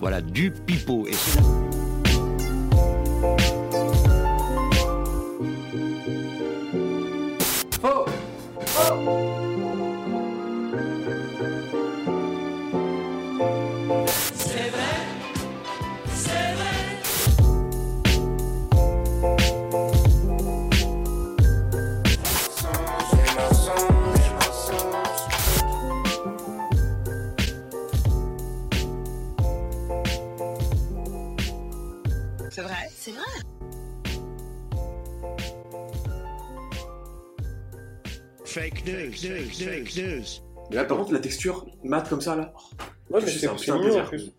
Voilà, du pipeau. Et C'est vrai C'est vrai Fake news, fake news, fake news. Mais là, par contre, la texture mate comme ça, là. Ouais, mais C'est c'est un c'est putain de mignon en plaisir.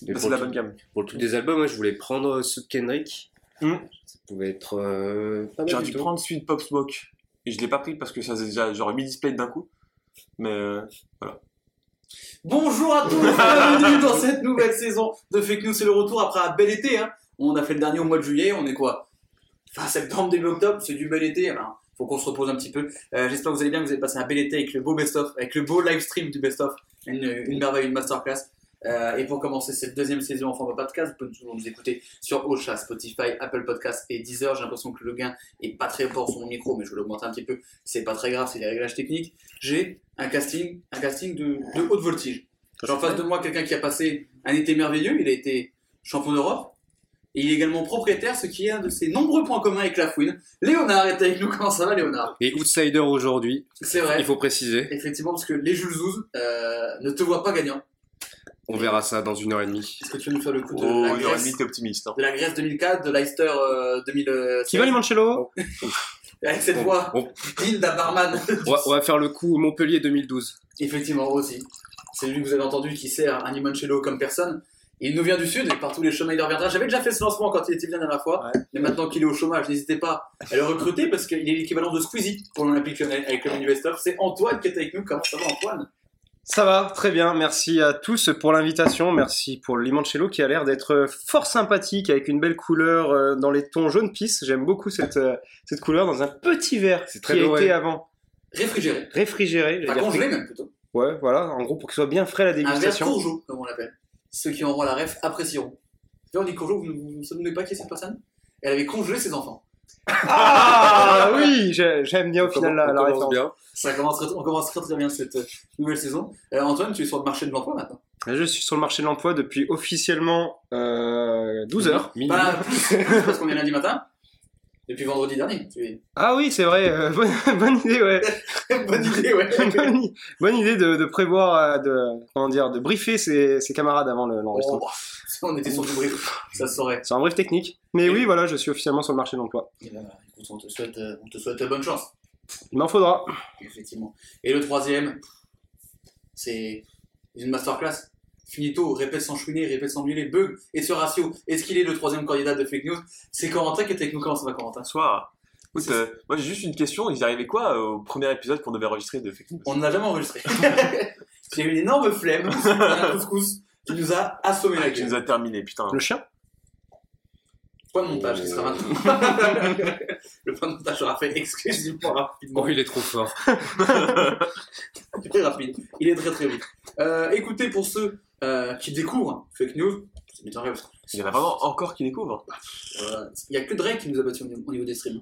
plus. Là, pour, c'est la le bonne truc, gamme. pour le truc des albums, ouais, je voulais prendre euh, ceux de Kendrick. Hmm. Ça pouvait être euh, pas mal J'aurais du dû tout. prendre celui de Pop Smoke. Et je l'ai pas pris parce que ça faisait déjà genre 8 displays d'un coup. Mais euh, Bonjour à tous, bienvenue dans cette nouvelle saison de Fake News, c'est le retour après un bel été. Hein. On a fait le dernier au mois de juillet, on est quoi Fin septembre, début octobre, c'est du bel été. Il faut qu'on se repose un petit peu. Euh, J'espère que vous allez bien, que vous avez passé un bel été avec le beau best-of, avec le beau live stream du best-of. Une, une merveille, une masterclass. Euh, et pour commencer cette deuxième saison en format podcast, vous pouvez toujours nous écouter sur Ocha, Spotify, Apple Podcast et Deezer. J'ai l'impression que le gain est pas très fort sur mon micro, mais je vais l'augmenter un petit peu. C'est pas très grave, c'est des réglages techniques. J'ai un casting, un casting de, de haute voltige. J'ai en face de moi quelqu'un qui a passé un été merveilleux. Il a été champion d'Europe. Et il est également propriétaire, ce qui est un de ses nombreux points communs avec la fouine. Léonard est avec nous. Comment ça va, Léonard Et Outsider aujourd'hui, C'est vrai. il faut préciser. Effectivement, parce que les Jules Zouz euh, ne te voient pas gagnant. On verra ça dans une heure et demie. Est-ce que tu veux nous faire le coup de oh, la il aurait Grèce limite t'es optimiste. hein. de la Grèce 2004, de Leicester euh, 2006. Qui va les Mancello Avec cette voix on- digne d'un barman. on va, on va faire le coup Montpellier 2012. Effectivement, aussi. C'est lui que vous avez entendu qui sert un limoncello comme personne. Il nous vient du sud et par tous les chemins il reviendra. J'avais déjà fait ce lancement quand il était bien la dernière fois, mais maintenant qu'il est au chômage, n'hésitez pas à le recruter parce qu'il est l'équivalent de Squeezie pour l'Olympique lyonnais avec le menu best-of. C'est Antoine qui est avec nous. Comment ça va, Antoine Ça va, très bien. Merci à tous pour l'invitation. Merci pour le limoncello qui a l'air d'être euh, fort sympathique avec une belle couleur euh, dans les tons jaune pisse. J'aime beaucoup cette, euh, cette couleur dans un petit verre C'est qui très a doré. été avant Réfrigéré. réfrigéré. Enfin, j'allais dire congelé même plutôt. fri- Ouais, voilà, en gros pour qu'il soit bien frais à la Un verre dégustation. courgeot, comme on l'appelle. Ceux qui auront la ref apprécieront. D'ailleurs, on dit courgeot, vous ne vous souvenez pas qui est cette personne Elle avait congelé ses enfants. Ah oui, j'ai- j'aime bien au final la, on la commence référence. bien. Ça commence très, on commence très très bien cette euh, nouvelle saison. Euh, Antoine, tu es sur le marché de l'emploi maintenant. Je suis sur le marché de l'emploi depuis officiellement euh, 12 heures. Minuit. Pas plus, plus parce qu'on est lundi matin. Depuis vendredi dernier. Tu es... Ah oui, c'est vrai, euh, bonne, bonne idée, ouais. Bonne idée, ouais. bonne, i- bonne idée de, de prévoir, euh, de, comment dire, de briefer ses, ses camarades avant le- l'enregistrement. Oh, on était sur du brief, ça se saurait. C'est un brief technique. Mais oui, voilà, je suis officiellement sur le marché de l'emploi. Et ben, voilà, écoute, on te souhaite, euh, on te souhaite bonne chance, Il m'en faudra. effectivement. Et le troisième, c'est une masterclass. Finito, répète sans chouiner, répète sans muler, bug et ce ratio. Est-ce qu'il est le troisième candidat de fake news C'est Corentin qui est avec nous. Comment ça va, Corentin Bonsoir. Écoute, euh, moi j'ai juste une question. Ils arrivaient quoi euh, au premier épisode qu'on devait enregistrer de Fake News On ne l'a jamais enregistré. J'ai eu une énorme flemme, c'est un couscous qui nous a assommé la Tu gueule. nous as terminé, putain. Le chien Point de montage qui sera Euh. maintenant. Le point de montage sera fait exclusivement rapidement. Oh, il est trop fort. Très rapide. Il est très très vite. Euh, écoutez, pour ceux euh, qui découvrent Fake News, c'est bien parce Il y en a vraiment encore qui découvrent. qu'il n'y a que Drake qui nous a battu au niveau au niveau des streams.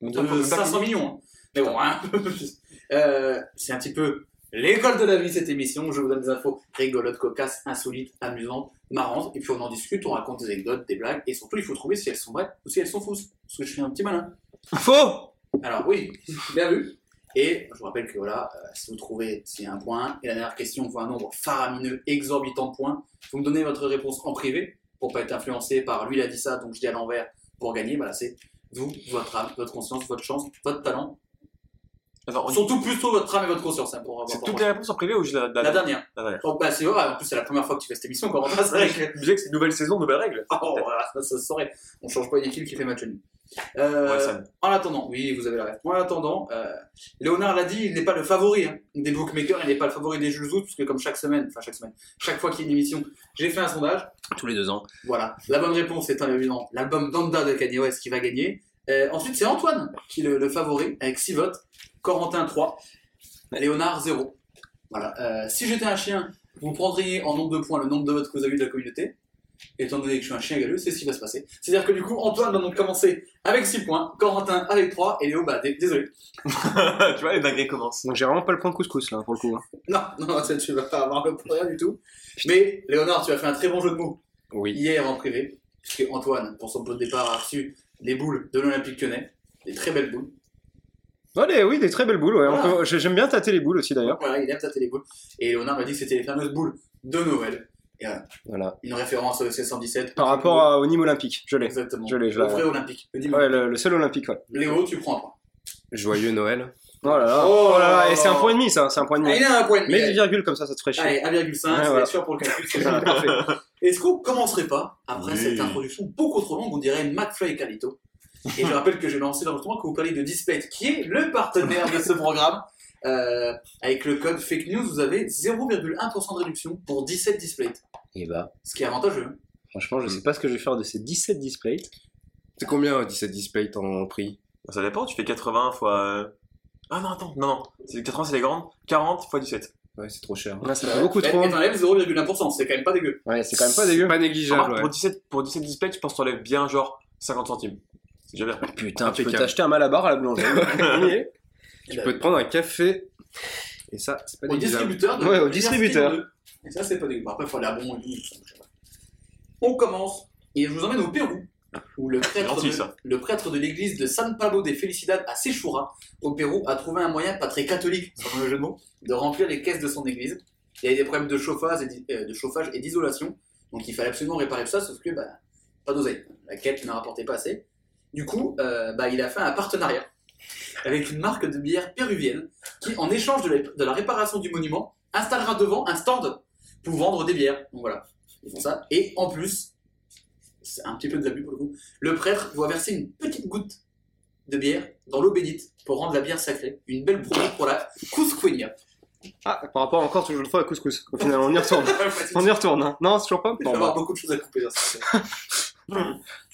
Donc, euh, De on peut pas 500 millions. hein. Mais bon, hein, un peu plus. Euh, c'est un petit peu l'école de la vie cette émission. Je vous donne des infos rigolotes, cocasses, insolites, amusantes, marrantes. Et puis on en discute, on raconte des anecdotes, des blagues. Et surtout, il faut trouver si elles sont vraies ou si elles sont fausses. Parce que je suis un petit malin. Faux Alors oui, bien vu. Et je vous rappelle que voilà, euh, si vous trouvez, c'est un point. Et la dernière question, on voit un nombre faramineux, exorbitant de points. Vous me donnez votre réponse en privé pour pas être influencé par lui, il a dit ça, donc je dis à l'envers pour gagner. Voilà, c'est vous, votre âme, votre conscience, votre chance, votre talent. Attends, on- Surtout plutôt votre âme et votre conscience. hein, pour, c'est pour- toutes pour- les réponses en privé ou juste la, la- La dernière. la dernière Oh, bah, c'est vrai, en plus c'est la première fois que tu fais cette émission, Corentin, c'est vrai que- Tu disais que c'est une nouvelle saison, nouvelle règle. Oh, voilà, ça, ça se saurait. On change pas une équipe qui fait match nul. Euh, Ouais, ça- en attendant, oui, vous avez la réponse. En attendant, euh, Léonard l'a dit, il n'est pas le favori hein, des bookmakers, il n'est pas le favori des juges autres, puisque comme chaque semaine, enfin chaque semaine, chaque fois qu'il y a une émission, j'ai fait un sondage. Tous les deux ans. Voilà, la bonne réponse est hein, évidemment l'album Danda de Kanye West qui va gagner. Euh, ensuite, c'est Antoine qui est le, le favori avec 6 votes, Corentin 3, Léonard 0. Voilà, euh, si j'étais un chien, Vous prendriez en nombre de points le nombre de votes que vous avez eu de la communauté. Et étant donné que je suis un chien galeux, c'est ce qui va se passer. C'est-à-dire que du coup, Antoine va donc commencer avec 6 points, Corentin avec 3, et Léo, bah dé- désolé. tu vois, les dingueries commencent. Donc j'ai vraiment pas le point de couscous là pour le coup. hein. Non, non, ça, tu vas pas avoir le point du tout. Mais Léonard, tu as fait un très bon jeu de mots Oui. hier en privé, puisque Antoine, pour son pot de départ, a reçu les boules de l'Olympique lyonnais. Des très belles boules. Allez, oui, des très belles boules. ouais. Voilà. Encore- j'ai- J'aime bien tâter les boules aussi d'ailleurs. Voilà, il aime tâter les boules. Et Léonard m'a dit que c'était les fameuses boules de Noël. Et voilà, Voilà. une référence au 717. Par rapport à- au Nîmes olympique, je l'ai. Exactement. Je l'ai, je Au l'ai. frais olympique. Le dimanche. Ouais, le, le seul olympique, ouais. Léo, tu prends un point. Joyeux Noël. Oh là là. Oh Oh là là. là Et c'est un là. point et demi ça, c'est un point et Ah, demi. il a un point de Mets des virgules comme ça, ça te ferait chier. Allez, 1,5, Ouais, c'est voilà. sûr pour le calcul, c'est jamais parfait. Est-ce qu'on commencerait pas, après Oui. cette introduction beaucoup trop longue, on dirait McFly et Carlito Et je rappelle que j'ai lancé l'enregistrement que vous parlez de Dispatch, qui est le partenaire de ce programme. Euh, avec le code fake news, vous avez 0,1% de réduction pour 17 displays, Et bah. ce qui est avantageux. hein. Franchement, je sais pas ce que je vais faire de ces 17 displays. C'est combien euh, 17 displays en prix Ça dépend, tu fais 80 fois. euh, Ah non, attends, non, non. C'est- 80 c'est les grandes, 40 fois 17. Ouais, c'est trop cher. Là, ça fait beaucoup Et trop. et t'enlèves 0,1%, c'est quand même pas dégueu. Ouais, c'est quand même pas dégueu. Pas Remarque, négligeable, ouais. pour, 17 pour 17 displays, je pense que t'enlèves bien genre 50 centimes. C'est déjà bien. Putain, tu peux Impeccable. t'acheter un malabar à la boulangerie. Et Tu bah, peux te prendre un café. Et ça, c'est pas au négligeable. distributeur. de- Ouais, au de dire ce qu'il distributeur. veut. Et ça, c'est pas dégueu. Bon, Après, il faut aller à bon et tout, je sais pas. On commence, et je vous emmène au Pérou, où le prêtre gentil, de- ça. le prêtre de l'église de San Pablo de Felicidad à Sechura, au Pérou, a trouvé un moyen pas très catholique, sans le jeu de mots, de remplir les caisses de son église. Il y avait des problèmes de chauffage et d'i- euh, de chauffage et d'isolation, donc il fallait absolument réparer ça, sauf que bah, pas d'oseille. La quête ne rapportait pas assez. Du coup, euh, bah, il a fait un partenariat avec une marque de bière péruvienne qui, en échange de la, de la réparation du monument, installera devant un stand pour vendre des bières. Donc voilà, ils font ça. Et en plus, c'est un petit peu de l'abus pour le coup, le prêtre doit verser une petite goutte de bière dans l'eau bénite pour rendre la bière sacrée. Une belle promo pour la Cusqueña. Ah, par rapport encore toujours une fois à couscous. Au final, on y retourne. On On y retourne. hein. Non, c'est toujours pas. va Bon, avoir bah. beaucoup de choses à couper dans cette affaire.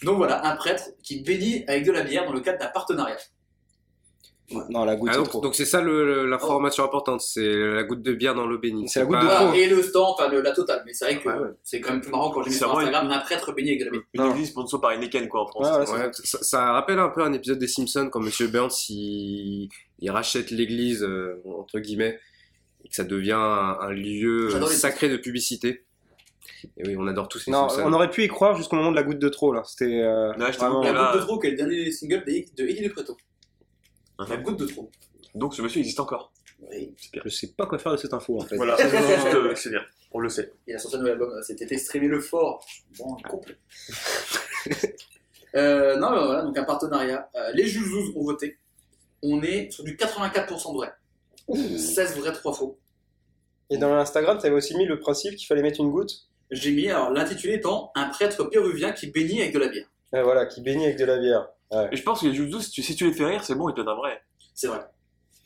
Donc voilà, un prêtre qui bénit avec de la bière dans le cadre d'un partenariat. Non, la goutte, Ah, c'est donc- trop. Oh. donc c'est ça le- le- l'information importante, c'est la goutte de bière dans l'eau bénite. C'est la goutte de pas- Ah, trop. Voilà, et le stand, enfin le- la totale. Mais c'est vrai que Ouais, ouais. c'est quand même plus marrant quand j'ai mis C'est sur vraiment Instagram un prêtre béni avec de la bière. Une Non. église sponsor par Heineken quoi en France. Ouais, ouais, c'est Ouais, ça, ça rappelle un peu un épisode des Simpsons quand Monsieur Burns il, il rachète l'église euh, entre guillemets et que ça devient un, un lieu J'adore euh, les sacré de publicité. Et oui, on adore tous les Non, Simpsons. on aurait pu y croire jusqu'au moment de la goutte de trop là. C'était. euh, Ouais, je te vraiment- coupe, La Oh là. goutte de trop, qui est le dernier single de de Eddie de Preto. Hein. La goutte de trop. Donc ce monsieur existe encore. Oui. Je sais pas quoi faire de cette info en fait. Voilà, c'est juste euh, c'est bien. On le sait. Il a sorti un nouvel album euh, cet été, Streamer le fort. Bon, complet. euh, non, mais voilà, donc un partenariat. Euh, les Jules ont voté. On est sur du 84% de vrai. 16 vrais, 3 faux. Et dans l'Instagram, t'avais aussi mis le principe qu'il fallait mettre une goutte. J'ai mis, alors l'intitulé étant Un prêtre péruvien qui bénit avec de la bière. euh, voilà, qui baignait avec de la bière. Et je pense que les Jules si tu, si tu les fais rire, c'est bon, ils te donnent un vrai. C'est vrai.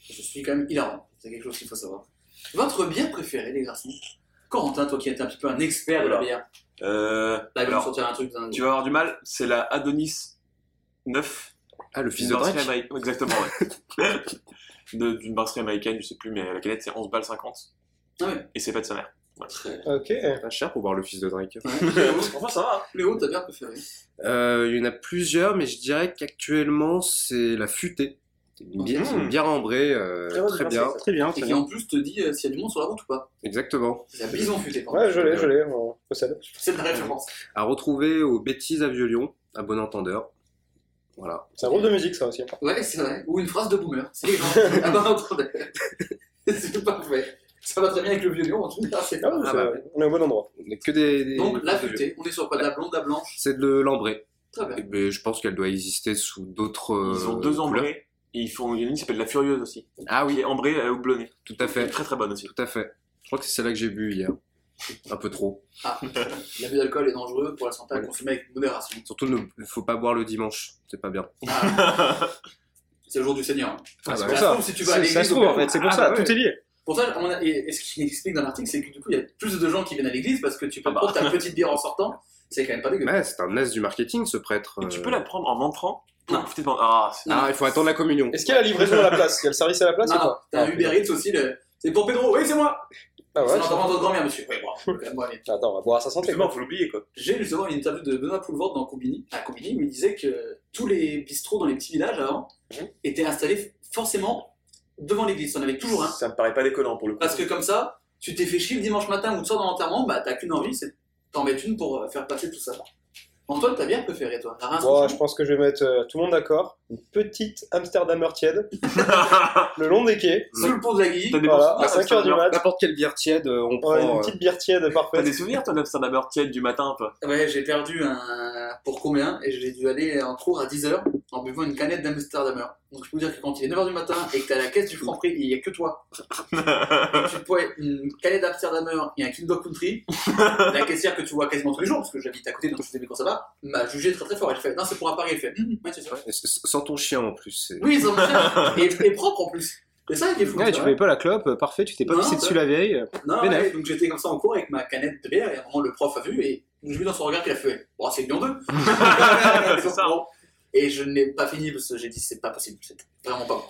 Je suis quand même hilarant. C'est quelque chose qu'il faut savoir. Votre bière préférée, les garçons Corentin, toi qui es un petit peu un expert de la Oula. bière, là, Euh, il va nous Alors, sortir un truc. d'un- tu vas avoir du mal, c'est la Adonis 9. Ah, le fils de d'une brasserie Drake. américaine- Exactement, ouais. De- D'une brasserie américaine, je sais plus, mais la canette c'est 11 balles 50. Ah ouais. Et c'est pas de sa mère. Voilà. Ok. Pas cher pour voir le fils de Drake. Franchement, ça va. Léo, ta bière préférée Euh, il y en a plusieurs, mais je dirais qu'actuellement c'est la futée. C'est Une bière, c'est une bière ambrée, euh, très bien. Très bien. Et Très qui bien. en plus te dit euh, s'il y a du monde sur la route ou pas. Exactement. C'est la bison futée. pardon. Ouais, je l'ai, je l'ai. On possède. C'est de la référence. À retrouver aux Bêtises à Vieux-Lyon, à bon entendeur. Voilà. C'est un groupe de musique ça aussi. Ah, Ouais, c'est vrai. Ou une phrase de boomer. C'est les gens. ah bah, attendez. c'est parfait. Ça va très bien avec le vieux lion, en tout cas. c'est Ah, pas c'est- bah. On est au bon endroit. On n'est que des. des- mal. Donc, la des- futée, on est sur quoi De la blonde, de la blanche C'est de l'ambrée. Très bien. Mais Eh ben, je pense qu'elle doit exister sous d'autres. euh, Ils ont deux couleurs. ambrés. Et ils font une ligne qui s'appelle la Furieuse aussi. Ah Qui oui, est ambrée et houblonnée. tout à Elle est fait, très très bonne aussi. tout à fait. Je crois que c'est celle-là que j'ai bu hier. Un peu trop. L'abus d'alcool est dangereux pour la santé à consommer avec modération. Surtout, ne faut pas boire le dimanche. C'est pas bien. Ah. c'est le jour du Seigneur. Ah, c'est bah, pour ça ça. se trouve, si tu vas à C'est- l'église ça se au trouve en Pérou. fait. C'est pour Ah, ça. bah ouais. Tout est lié. Pour ça, à mon avis- et, et ce qui explique dans l'article, c'est que du coup, il y a plus de gens qui viennent à l'église parce que tu peux Ah bah. prendre ta petite bière en sortant. C'est quand même pas dégueu. Ouais, c'est un as du marketing, ce prêtre. Et tu euh. peux la prendre en entrant pour Non. profiter de. Ah, c'est- Ah, il faut attendre la communion. Est-ce qu'il y a la livraison à la place Il y a le service à la place Non, ou non, pas t'as un Uber Eats aussi, le... c'est pour Pedro, oui, c'est moi Ah c'est ouais, l'enterrement de votre grand-mère, monsieur. Ouais, bon, quand même, ouais, mais- tu- Attends, on va boire à sa santé. Justement, faut l'oublier, quoi. J'ai justement une interview de Benoît Poulvord dans Combini. À Combini, où il disait que tous les bistrots dans les petits villages avant Mhm. étaient installés forcément devant l'église. On avait toujours un. Ça me paraît pas déconnant pour le coup. Parce que comme ça, tu t'es fait chier le dimanche matin ou le soir dans l'enterrement, bah t'as qu'une envie, c'est de t'en mettre une pour euh, faire passer tout ça. Antoine, t'as bien préféré, toi. La Reims, Moi, franchement, je pense que je vais mettre euh, tout le monde d'accord. Une petite Amsterdamer tiède. le long des quais. sous le pont de la Guille. T'as des Voilà, bons à 5h du mat. N'importe quelle bière tiède, euh, on prend. Ouais, une euh, petite bière tiède T'as parfaite. des souvenirs, toi, d'Amsterdam tiède du matin, toi Ouais, j'ai perdu un pour combien et j'ai dû aller en cours à 10h en buvant une canette d'Amsterdamer. Donc je peux vous dire que quand il est 9h du matin et que t'es à la caisse du Franprix, il n'y a que toi. Et tu te poies une canette d'Amsterdamer et un King Dog Country, la caissière que tu vois quasiment tous les jours parce que j'habite à côté donc je faisais mes courses là-bas, m'a jugé très très fort. Elle fait non, c'est pour un pari. Elle fait hum, ouais, c'est sûr. et euh, s- s- Sans ton chien en plus. c'est- Oui, ils sont bien. et, et propre en plus. C'est ça qui est fou. Ouais, tu tu vois. payais pas la clope, euh, parfait, tu t'es pas Non, pissé ça- dessus la veille. euh, Non, Bénef. ouais, donc j'étais comme ça en cours avec ma canette de bière et à un moment le prof a vu et j'ai vu dans son regard qu'il a fait Oh, c'est Lyon 2 C'est ça. Bon. Et je n'ai pas fini parce que j'ai dit C'est pas possible, c'est vraiment pas bon.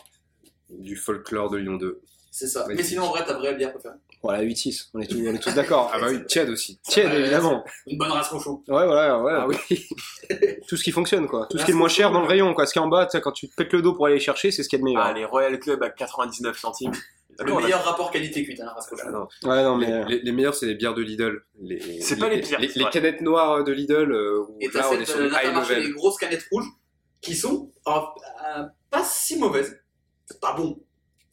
Du folklore de Lyon 2. C'est ça. Oui. Mais sinon, en vrai, ta vraie bière préférée Voilà, 8-6, on est tous, on est tous d'accord. Ah bah oui, tiède aussi. Tiède, Ouais, évidemment. Une bonne race cochon. Ouais, voilà, ouais. Ah oui. Tout ce qui fonctionne, quoi. Tout ce Là, qui est moins c'est cher cool. dans le rayon, quoi. Ce qui est en bas, tu sais, quand tu te pètes le dos pour aller les chercher, c'est ce qu'il y a de meilleur. Ah, les Royal Club à 99 centimes. Le D'accord, on a- meilleur rapport qualité-cuite, hein, la race cochon. non. euh, Ouais, non, mais. Les, les- les meilleurs, c'est les bières de Lidl. Les- C'est pas les pires, Les, c'est vrai. canettes noires de Lidl. euh, où Et t'as là, on est cette sur euh, du là, t'as high marché level. les grosses canettes rouges qui sont alors, euh, pas si mauvaises. C'est pas bon.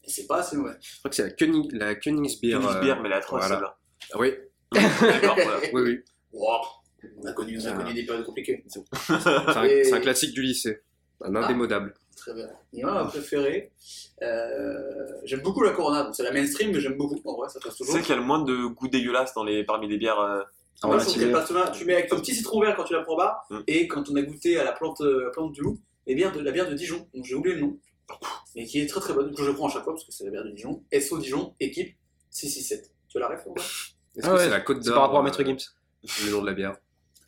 Mais c'est pas assez mauvais. Je crois que c'est la, Koenig, la Königsbier. Königsberg, mais la atroce, euh, voilà. celle-là. Ah oui, D'accord, voilà. oui, oui. Wow. On a connu, on Ah. a connu des périodes compliquées. C'est un, Et- c'est un classique du lycée. Ah. Un indémodable. Très bien. Et moi, ma préférée, euh, j'aime beaucoup la Corona. Donc c'est la mainstream, mais j'aime beaucoup. En vrai, ça passe C'est toujours. celle qui a le moins de goût dégueulasse dans les... parmi les bières. euh, Ah, Moi, ouais, je trouve c'est qu'elle bien. passe bien. Tu mets avec ton petit citron vert quand tu la prends bas, Mm. et quand on a goûté à la plante, euh, la plante du loup, et bien de, la bière de Dijon, dont j'ai oublié le nom, mais qui est très très bonne, que je prends à chaque fois parce que c'est la bière de Dijon. SO Dijon, équipe 667. Tu la référence Est-ce Ah que ouais, c'est la Côte C'est d'Or par rapport à euh, Maître Gims. Le nom de la bière.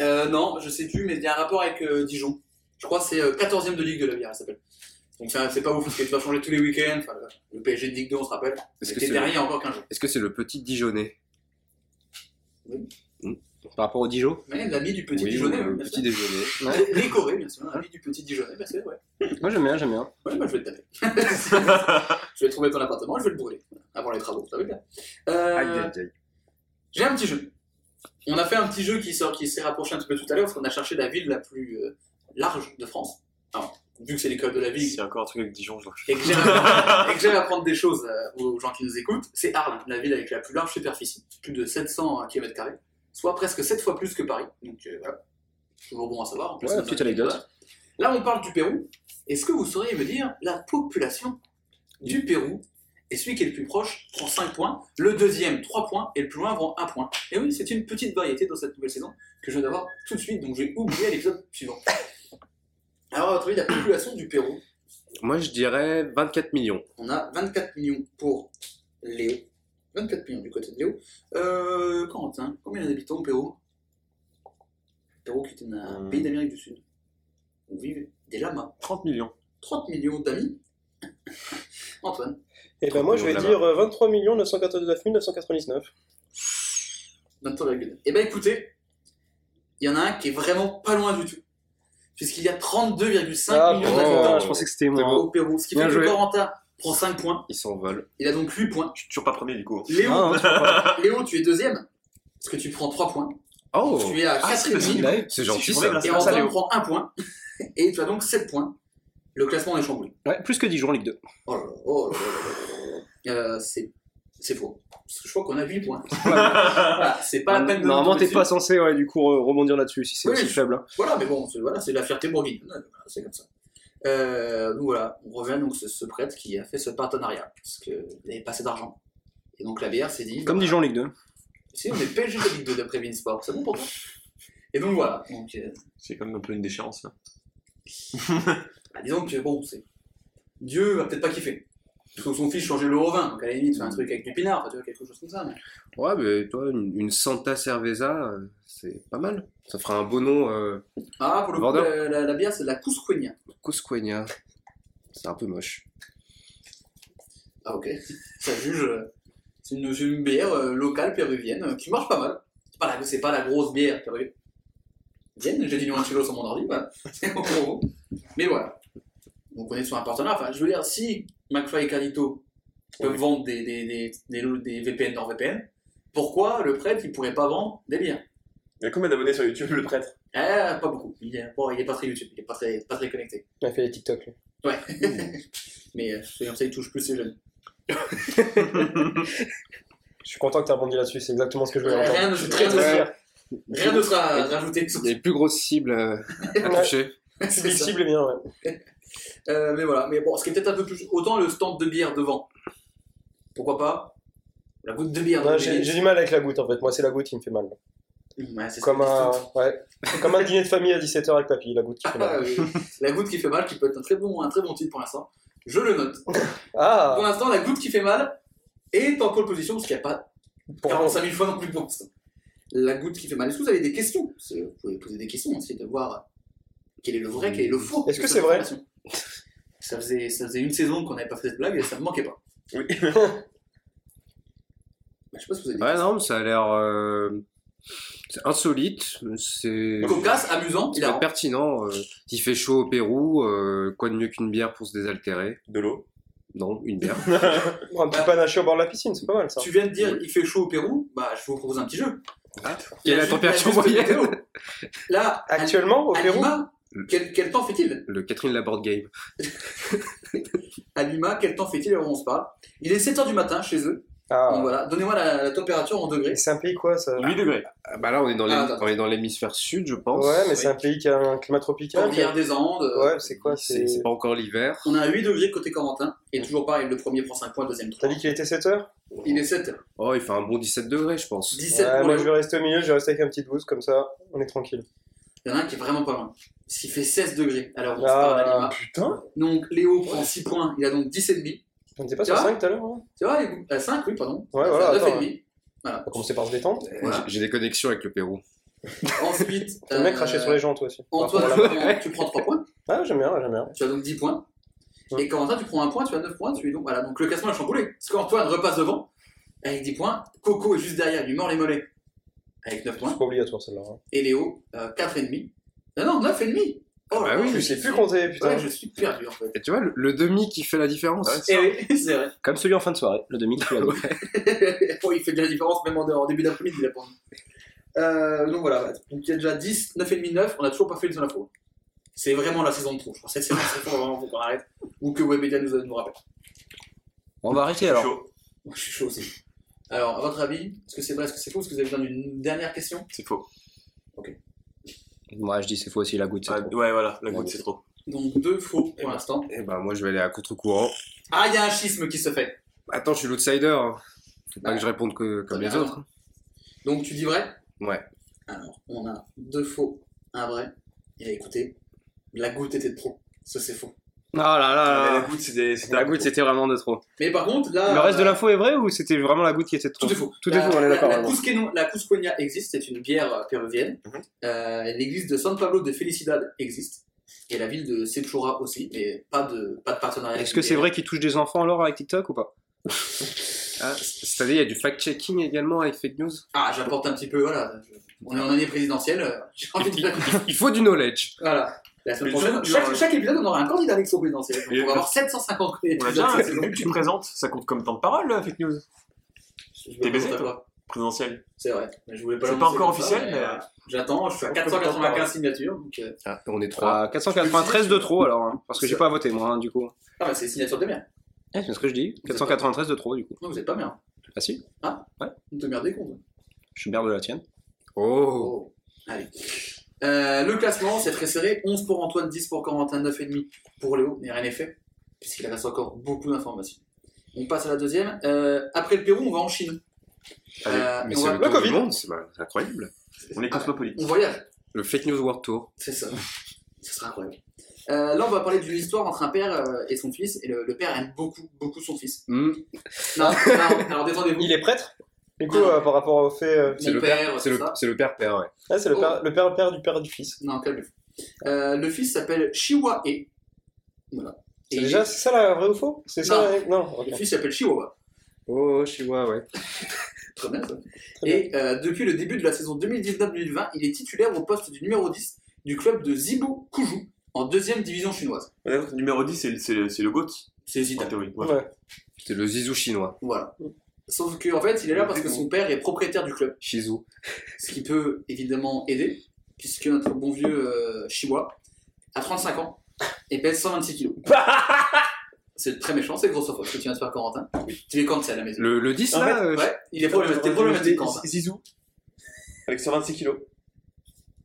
Euh, non, je sais plus, mais il y a un rapport avec euh, Dijon. Je crois que c'est euh, 14ème de Ligue de la bière, elle s'appelle. Donc c'est c'est pas ouf, parce que tu vas changer tous les week-ends. Enfin, le- le PSG de Ligue 2, on se rappelle. Est-ce que C'était c'est dernier il y a encore 15 jours. est-ce que c'est le petit Dijonais Par rapport au Dijon. Mais l'ami du petit Oui, Dijonais, ou oui, le bien petit hein, sûr. déjeuner. Les- Les Corées, bien sûr. L'ami du petit Dijonais, bien sûr, ouais. Moi, j'aime bien, j'aime bien. Ouais, moi je vais te taper. je vais trouver ton appartement, je vais le brûler. Avant les travaux, ça va être bien. Euh, Aïe, aïe, aïe. J'ai un petit jeu. On a fait un petit jeu qui sort, qui s'est rapproché un petit peu tout à l'heure, parce qu'on a cherché la ville la plus euh, large de France. Alors, vu que c'est l'école de la ville, S'il y a encore un truc avec Dijon, je le et que j'aime apprendre- et que j'aime apprendre des choses euh, aux gens qui nous écoutent, c'est Arles, la ville avec la plus large superficie, plus de 700 km, soit presque 7 fois plus que Paris. Donc euh, voilà, toujours bon à savoir. en plus, Ouais, ça nous petite invite anecdote. pas. Là, on parle du Pérou. Est-ce que vous sauriez me dire la population du Pérou et celui qui est le plus proche prend 5 points, le deuxième 3 points et le plus loin prend 1 point. Et oui, c'est une petite variété dans cette nouvelle saison que je viens d'avoir tout de suite, donc j'ai oublié l'épisode suivant. Alors, à votre avis, la population du Pérou, Moi, je dirais 24 millions. on a 24 millions pour Léo. 24 millions du côté de Léo. Euh, Corentin, combien d'habitants au Pérou Pérou qui est un Hmm. pays d'Amérique du Sud. Où vivent des lamas. 30 millions. 30 millions d'amis. Antoine, Et ben moi, je vais Là-bas. dire euh, 23 999 999. 23 la gueule. Eh ben écoutez, il y en a un qui est vraiment pas loin du tout. Puisqu'il y a 32,5 Ah, millions putain, d'habitants je pensais que c'était moi. au Pérou. Ce qui Bien fait joué. que Corentin prend 5 points. Ils s'envolent. Il a donc 8 points. Je suis toujours pas premier du coup. Léo, Ah, hein, Léo tu es deuxième. Parce que tu prends 3 points. Oh Tu es à Ah, c'est 4,5. c'est- C'est Si gentil, je remets ça. grâce Et à ça, Antoine Léo. prend un point. Et tu as donc 7 points. Le classement est chamboulé. Ouais, plus que Dijon, Ligue 2. Oh là là, oh là là là là là. Euh, c'est, c'est faux. Parce que je crois qu'on a 8 points. Voilà, c'est pas la peine de. nous Normalement, tomber t'es pas dessus. censé, ouais, du coup, re- rebondir là-dessus si c'est Oui, aussi je- faible. hein. Voilà, mais bon, c'est, voilà, c'est de la fierté bourguigne. Voilà, C'est comme ça. Euh, donc voilà, on revient donc ce, ce prêtre qui a fait ce partenariat. Parce qu'il n'avait pas assez d'argent. Et donc la bière s'est dit. Comme bah, Dijon, Ligue 2. Si, on est PSG de Ligue 2 d'après Winsport. C'est bon pour toi Et donc voilà. Donc, euh, C'est quand même un peu une déchéance. hein. là. Bah, disons que bon, c'est. Dieu va peut-être pas kiffer. Parce que son fils changeait le au vin, donc à la limite, faire un truc avec du pinard, enfin, tu vois, quelque chose comme ça. mais- Ouais, mais toi, une, une Santa Cerveza, euh, c'est pas mal. Ça fera un beau nom, euh, Ah, pour le coup, Vendeur. la, la- la bière, c'est de la couscouenia. Cusqueña. C'est un peu moche. Ah, ok. Ça juge. euh, C'est une, c'est une bière euh, locale péruvienne euh, qui marche pas mal. C'est pas la, c'est pas la grosse bière péruvienne. J'ai dit Limoncello sur mon ordi, voilà. C'est mon gros. Mais voilà. Donc on est sur un partenaire. Enfin, je veux dire, si McFly et Carlito peuvent vendre des, des, des, des, des VPN hors VPN, pourquoi le prêtre il pourrait pas vendre des bières Il y a combien d'abonnés sur YouTube, le prêtre Ah, pas beaucoup. Il est, bon, il est pas très YouTube, il est pas très, pas très connecté. Il a fait les TikTok. lui. Ouais. Mais euh, c'est comme ça, il touche plus les jeunes. Je suis content que tu rebondi là-dessus, c'est exactement ce que je voulais entendre. Euh, Rien, de- rien, Ouais. de- rien d'autre à rajouter. Il y a les plus grosses cibles euh, à toucher. C'est Les ça. cibles, bien, ouais. Euh, mais voilà, mais bon, ce qui est peut-être un peu plus. Autant le stand de bière devant. Pourquoi pas La goutte de bière. Ouais, dans le J'ai délire. j'ai du mal avec la goutte en fait. Moi, c'est la goutte qui me fait mal. Ouais, c'est ça. Comme un, ouais. comme un dîner de famille à 17h avec papy, la goutte qui fait Ah, mal. oui. la goutte qui fait mal, qui peut être un très bon, un très bon titre pour l'instant. Je le note. Pour Ah l'instant, la goutte qui fait mal est en pole position parce qu'il n'y a pas Pour 45 000 fois non plus pour ça. La goutte qui fait mal. Est-ce que vous avez des questions Parce que Vous pouvez poser des questions, essayer de voir quel est le vrai, quel est le faux. Mmh. Est-ce de que cette c'est vrai information. ça faisait, ça faisait une saison qu'on n'avait pas fait cette blague et ça me manquait pas. Oui. Bah, je sais pas si vous avez des Ouais, non, mais ça a l'air euh, c'est insolite. C'est Cocasse, amusant, c'est il a pas pertinent. euh, il fait chaud au Pérou. euh, quoi de mieux qu'une bière pour se désaltérer De l'eau. Non, une bière. un petit panaché au bord de la piscine, c'est pas mal ça. Tu viens de dire il fait chaud au Pérou, bah je vous propose un petit jeu. Quelle est la juste- température juste une moyenne météo. Là, à- Actuellement, au à Pérou Lima, Mm. quel, quel temps fait-il Le Catherine Laborde Game. À Lima, quel temps fait-il alors on se parle Il est 7h du matin chez eux. Donc Ah. voilà, donnez-moi la, la température en degrés. Et C'est un pays quoi ça 8 degrés. Ah, bah là, on est dans les- Ah, attends. on est dans l'hémisphère sud, je pense. Ouais, mais oui. c'est un pays qui a un climat tropical. Cordillère des Andes. euh, Ouais, c'est quoi C'est C'est. c'est pas encore l'hiver. On a 8 degrés côté Corentin. Et toujours pareil, le premier prend 5 points, le deuxième T'as 3. dit qu'il était 7h Il est 7h. Oh, il fait un bon 17 degrés, je pense. 17 Ouais, pour Moi, Léo. je vais rester au milieu, je vais rester avec un petit 12, comme ça, on est tranquille. Il y en a un qui est vraiment pas loin. Parce qu'il fait 16 degrés. Alors on se Ah, parle à Lima. Putain Donc Léo prend 6 points, il a donc 10,5. On n'était pas Tu sur vois 5 tout à l'heure hein Tu vois, il est à 5, oui, pardon. Ouais, Ça voilà, fait attends. hein. 9,5. On va commencer par se détendre. Voilà. J'ai j'ai des connexions avec le Pérou. Ensuite, T'aimes euh, bien cracher sur les gens, toi aussi. Antoine, Par tu rapport à prends- tu prends 3 points, la- Ah, j'aime bien, j'aime bien. tu as donc 10 points. Ouais. Et Corentin, tu prends 1 point, tu as 9 points. Tu es donc, voilà, donc le classement est chamboulé. Parce qu'Antoine repasse devant avec 10 points. Coco est juste derrière, il lui mord les mollets avec 9 C'est points. pas obligatoire celle-là. hein. Et Léo, 4,5. Non, non, 9,5. Oh, bah là oui, là, Je sais plus compter, putain. Ouais, je suis perdu en fait. Et tu vois, le, le demi qui fait la différence. Eh oui, c'est vrai. Comme celui en fin de soirée, le demi qui Bon, il fait de la différence même en dehors. En début d'après-midi, il a pas envie. Euh, donc voilà, donc il y a déjà 10, 9,5, 9, on n'a toujours pas fait une zone info. C'est vraiment la saison de trop. Je pense que cette saison, c'est vraiment faut qu'on arrête. Ou que Webedia nous, nous rappelle. On va arrêter Alors. alors. Chaud. Moi, je suis chaud aussi. Alors, à votre avis, est-ce que c'est vrai, est-ce que c'est faux Est-ce que vous avez besoin d'une dernière question C'est faux. Moi je dis c'est faux aussi la goutte. c'est Ah, trop. ouais, voilà, la goutte, c'est trop. Donc, deux faux pour l'instant. Eh ben, moi, je vais aller à contre-courant. Ah, il y a un schisme qui se fait. Attends, je suis l'outsider. hein. Faut pas Bah, que je réponde que, comme les bien. autres. Donc, tu dis vrai Ouais. Alors, on a deux faux, un vrai. Il a écouté. La goutte était de trop. Ça, c'est faux. Ah là là Mais là La goutte, c'était. c'était La un goutte peu c'était vraiment de trop. Mais par contre, là. Le reste de euh, l'info est vrai ou c'était vraiment la goutte qui était de trop Tout est faux. Tout est faux, on La- est d'accord. La, vraiment. Cusqueno- la Cusqueña existe, c'est une bière euh, péruvienne. Mhm. Euh, L'église de San Pablo de Felicidad existe. Et la ville de Sechura aussi, mais pas de, pas de partenariat. Est-ce que c'est vrai qu'il touche des enfants alors avec TikTok ou pas Ah, c- C'est-à-dire, il y a du fact-checking également avec fake news. Ah, j'apporte un petit peu, voilà. je- On est en année présidentielle. euh, J'ai envie de... Il faut du knowledge. Voilà. La semaine Mais prochaine, tu- chaque, tu- chaque épisode, on aura un candidat à l'élection présidentielle. Donc Et- on va avoir 750 On a épisodes. déjà un, cette c'est saison. que tu me présentes, ça compte comme temps de parole, la fake news Je T'es me baisé, présente à toi présidentielle. C'est vrai. Mais je voulais pas C'est l'annoncer pas encore comme ça, officiel, mais, euh, J'attends, je suis à On peut le temps de 495 parler. signatures. Donc, euh, Ah, on est trois. Ah, 493 de trop alors, hein, parce que j'ai C'est- pas voté moi hein, du coup. Ah, bah, c'est signature de merde. Eh, c'est ce que je dis. 493 de trop du coup. Non, vous êtes pas merde. Ah si Vous te merdez contre. Je suis merde de la tienne. Oh. Oh. Allez. Euh, le classement, c'est très serré. 11 pour Antoine, 10 pour Corentin, 9,5 pour Léo. Mais rien n'est fait, puisqu'il reste encore beaucoup d'informations. On passe à la deuxième. Euh, après le Pérou, on va en Chine. Allez, Euh, mais on, c'est va- le tour Covid. du monde, c'est bah, c'est incroyable. On est cosmopolite. on voyage, Le fake news world tour. c'est ça. Ce sera incroyable. Euh, là, on va parler d'une histoire entre un père euh, et son fils. Et le, le père aime beaucoup, beaucoup son fils. Hmm, Non, non, alors détendez-vous. Il est prêtre Du coup, euh, par rapport au fait. euh, C'est Mon le père, père, c'est c'est le, ça. c'est le père père, ouais. Ah, c'est le, Oh. père, le père, le père du père du fils. Non, calmez-vous. Euh, le fils s'appelle Chihuahua. Voilà. C'est Et déjà c'est ça la vraie ou faux C'est ça Non. la- Non, ok. Le fils s'appelle Chihuahua. Oh, Chihuahua, ouais. Très bien, ça. Et euh, depuis le début de la saison 2019-2020, il est titulaire au poste du numéro 10 du club de Zibo Kuju en deuxième division chinoise. Ouais, d'accord, Numéro 10, c'est le- c'est le, c'est le GOAT, C'est en Ah. hésitable. théorie. Ouais. C'est le zizou chinois. Voilà. Sauf qu'en en fait, il est là parce que son père est propriétaire du club, Shizu. ce qui peut évidemment aider, puisque notre bon vieux euh, Chihuahua a 35 ans et pèse 126 kilos. c'est très méchant, c'est grossophobe ce que tu viens de faire, Corentin. Tu es cancel à la maison. Le, le 10 En là euh, Ouais, il est problématique, t'es problématique, Corentin. Zizou. Avec 126 kilos.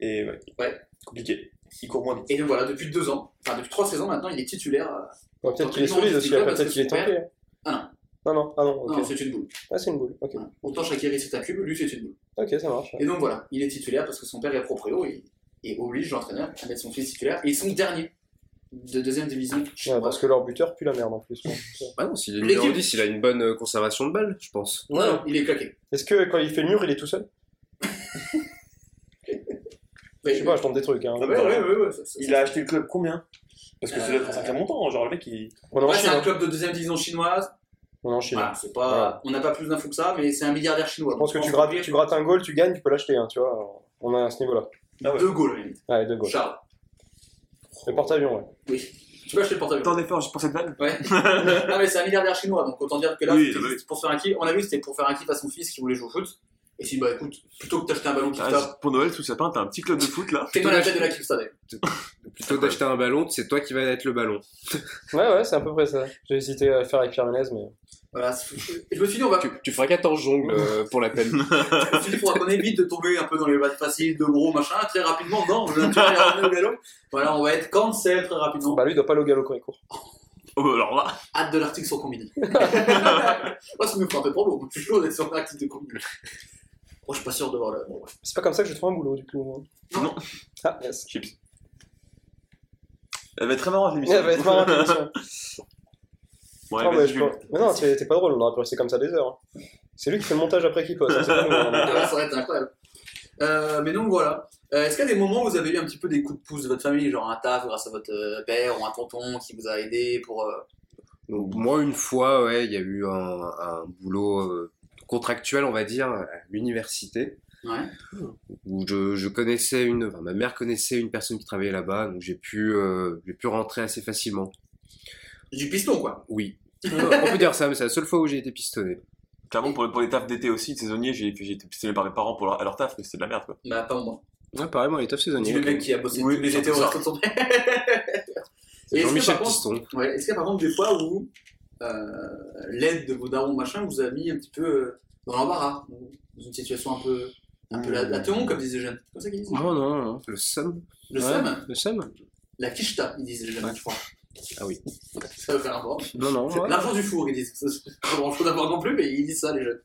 Et ouais. Ouais. Compliqué. Il court moins vite. Et donc voilà, depuis deux ans, enfin depuis trois saisons maintenant, il est titulaire. euh, Bon, peut-être qu'il est solide aussi, après, peut-être qu'il est tanké. hein. Ah non. Non, non, ah non, ok. Non, c'est une boule. Ah, c'est une boule, ok. Voilà. Autant Shakiri c'est un cube, lui c'est une boule. Ok, ça marche. Et donc voilà, il est titulaire parce que son père est proprio et, et oblige l'entraîneur à mettre son fils titulaire. Et ils sont derniers de deuxième division Ouais, chinoise. parce que leur buteur pue la merde en plus. bon. Bah non, s'il est L'équipe. numéro 10, il a une bonne euh, conservation de balle, je pense. Non, non, il est claqué. Est-ce que quand il fait le mur, il est tout seul Je sais pas, je tente des trucs. Hein. Ah Ouais, Ah bah Ouais, ouais, ouais, ouais, ça- ça- Il a acheté le club combien Parce que ça doit être un Euh, sacré montant. hein. Genre, le mec, il. On est en Ouais, c'est Chine. un hein. club de deuxième division chinoise. On est en Chine. Voilà, c'est pas, Voilà. on n'a pas plus d'infos que ça, mais c'est un milliardaire chinois. Je pense que tu grattes, tu grattes un goal, tu gagnes, tu peux l'acheter, hein, tu vois. On est à ce niveau-là. Ah ouais. deux goals à la limite. Allez, deux goals. Charles, Le porte-avions, ouais. tu peux acheter le portable. Tant d'efforts juste pour cette vanne Ouais. non mais c'est un milliardaire chinois, donc autant dire que là, Oui, c'était oui. juste pour faire un kiff. On a vu, c'était pour faire un kiff à son fils qui voulait jouer au foot. Et si bah écoute, plutôt que d'acheter un ballon qui te tape, Ah, Pour Noël, sous sapin, t'as un petit club de foot là. t'es dans la tête de la kiff, ça d'ailleurs. Plutôt d'acheter un ballon, c'est toi qui vas être le ballon. Ouais, ouais, c'est à peu près ça. J'ai hésité à le faire avec Pierre Ménez, mais. Voilà, c'est- je me suis dit, on va, Tu, tu feras 14 jongles euh, pour la peine. je me suis dit, faudra qu'on évite de tomber un peu dans les battes faciles, de gros machin, très rapidement. Non, on va naturellement ramener au galop. Voilà, on va être cancel très rapidement. Bah, lui, il doit pas aller au galop quand il court. Oh, bah, alors là. Hâte de l'article sur combiné. Moi, ça me fait un peu problème. Je suis chaud d'être sur l'article de combiné. Moi, je suis pas sûr de voir le. Bon, ouais. C'est pas comme ça que je trouve un boulot, du coup. hein. Non. Ah, yes. Chips. Elle va être très marrante l'émission. Elle va être marrante, l'émission. Bon, allez, Ah ouais, vas-y, je Jules. crois- Mais non, c'est- t'es pas drôle, on aurait pu rester comme ça des heures. hein. C'est lui qui fait le montage après qu'il pose. hein, c'est pas nous, hein. Ah ouais, ça va être incroyable. Euh, mais donc voilà. Euh, Est-ce qu'il y a des moments où vous avez eu un petit peu des coups de pouce de votre famille, genre un taf grâce à votre euh, père ou un tonton qui vous a aidé pour. euh, Donc, moi, une fois, ouais, il y a eu un, un boulot euh, contractuel, on va dire, à l'université, Ouais. où je, je connaissais une, enfin, ma mère connaissait une personne qui travaillait là-bas, donc j'ai pu, euh, j'ai pu rentrer assez facilement. Du piston, quoi. Oui. on peut dire ça, mais c'est la seule fois où j'ai été pistonné. Clairement, pour, pour les tafs d'été aussi, de saisonniers, j'ai j'ai été pistonné par mes parents pour leur, à leur taf, mais c'était de la merde quoi. Bah, pas moi. Ouais, pareil, moi, les top C'est saisonniers. le mec qui a bossé Oui, tous les étés au surtout ça. resto de son père. Et C'est est-ce que, Jean-Michel par contre- Piston. Ouais, est-ce qu'il y a par contre des fois où euh, l'aide de vos darons machin vous a mis un petit peu euh, dans l'embarras, ou dans une situation un peu, un peu la, la teon, comme disent les jeunes. C'est comme ça qu'ils disent. Oh Non, non, non. Le somme. Le Ouais, SAM, Le somme la quicheta, ils disent les jeunes, Ouais. je crois. Ah oui. Ça veut faire un rapport. Non, non, ouais. L'argent du four, ils disent. C'est pas grand chose à voir non plus, mais ils disent ça, les jeunes.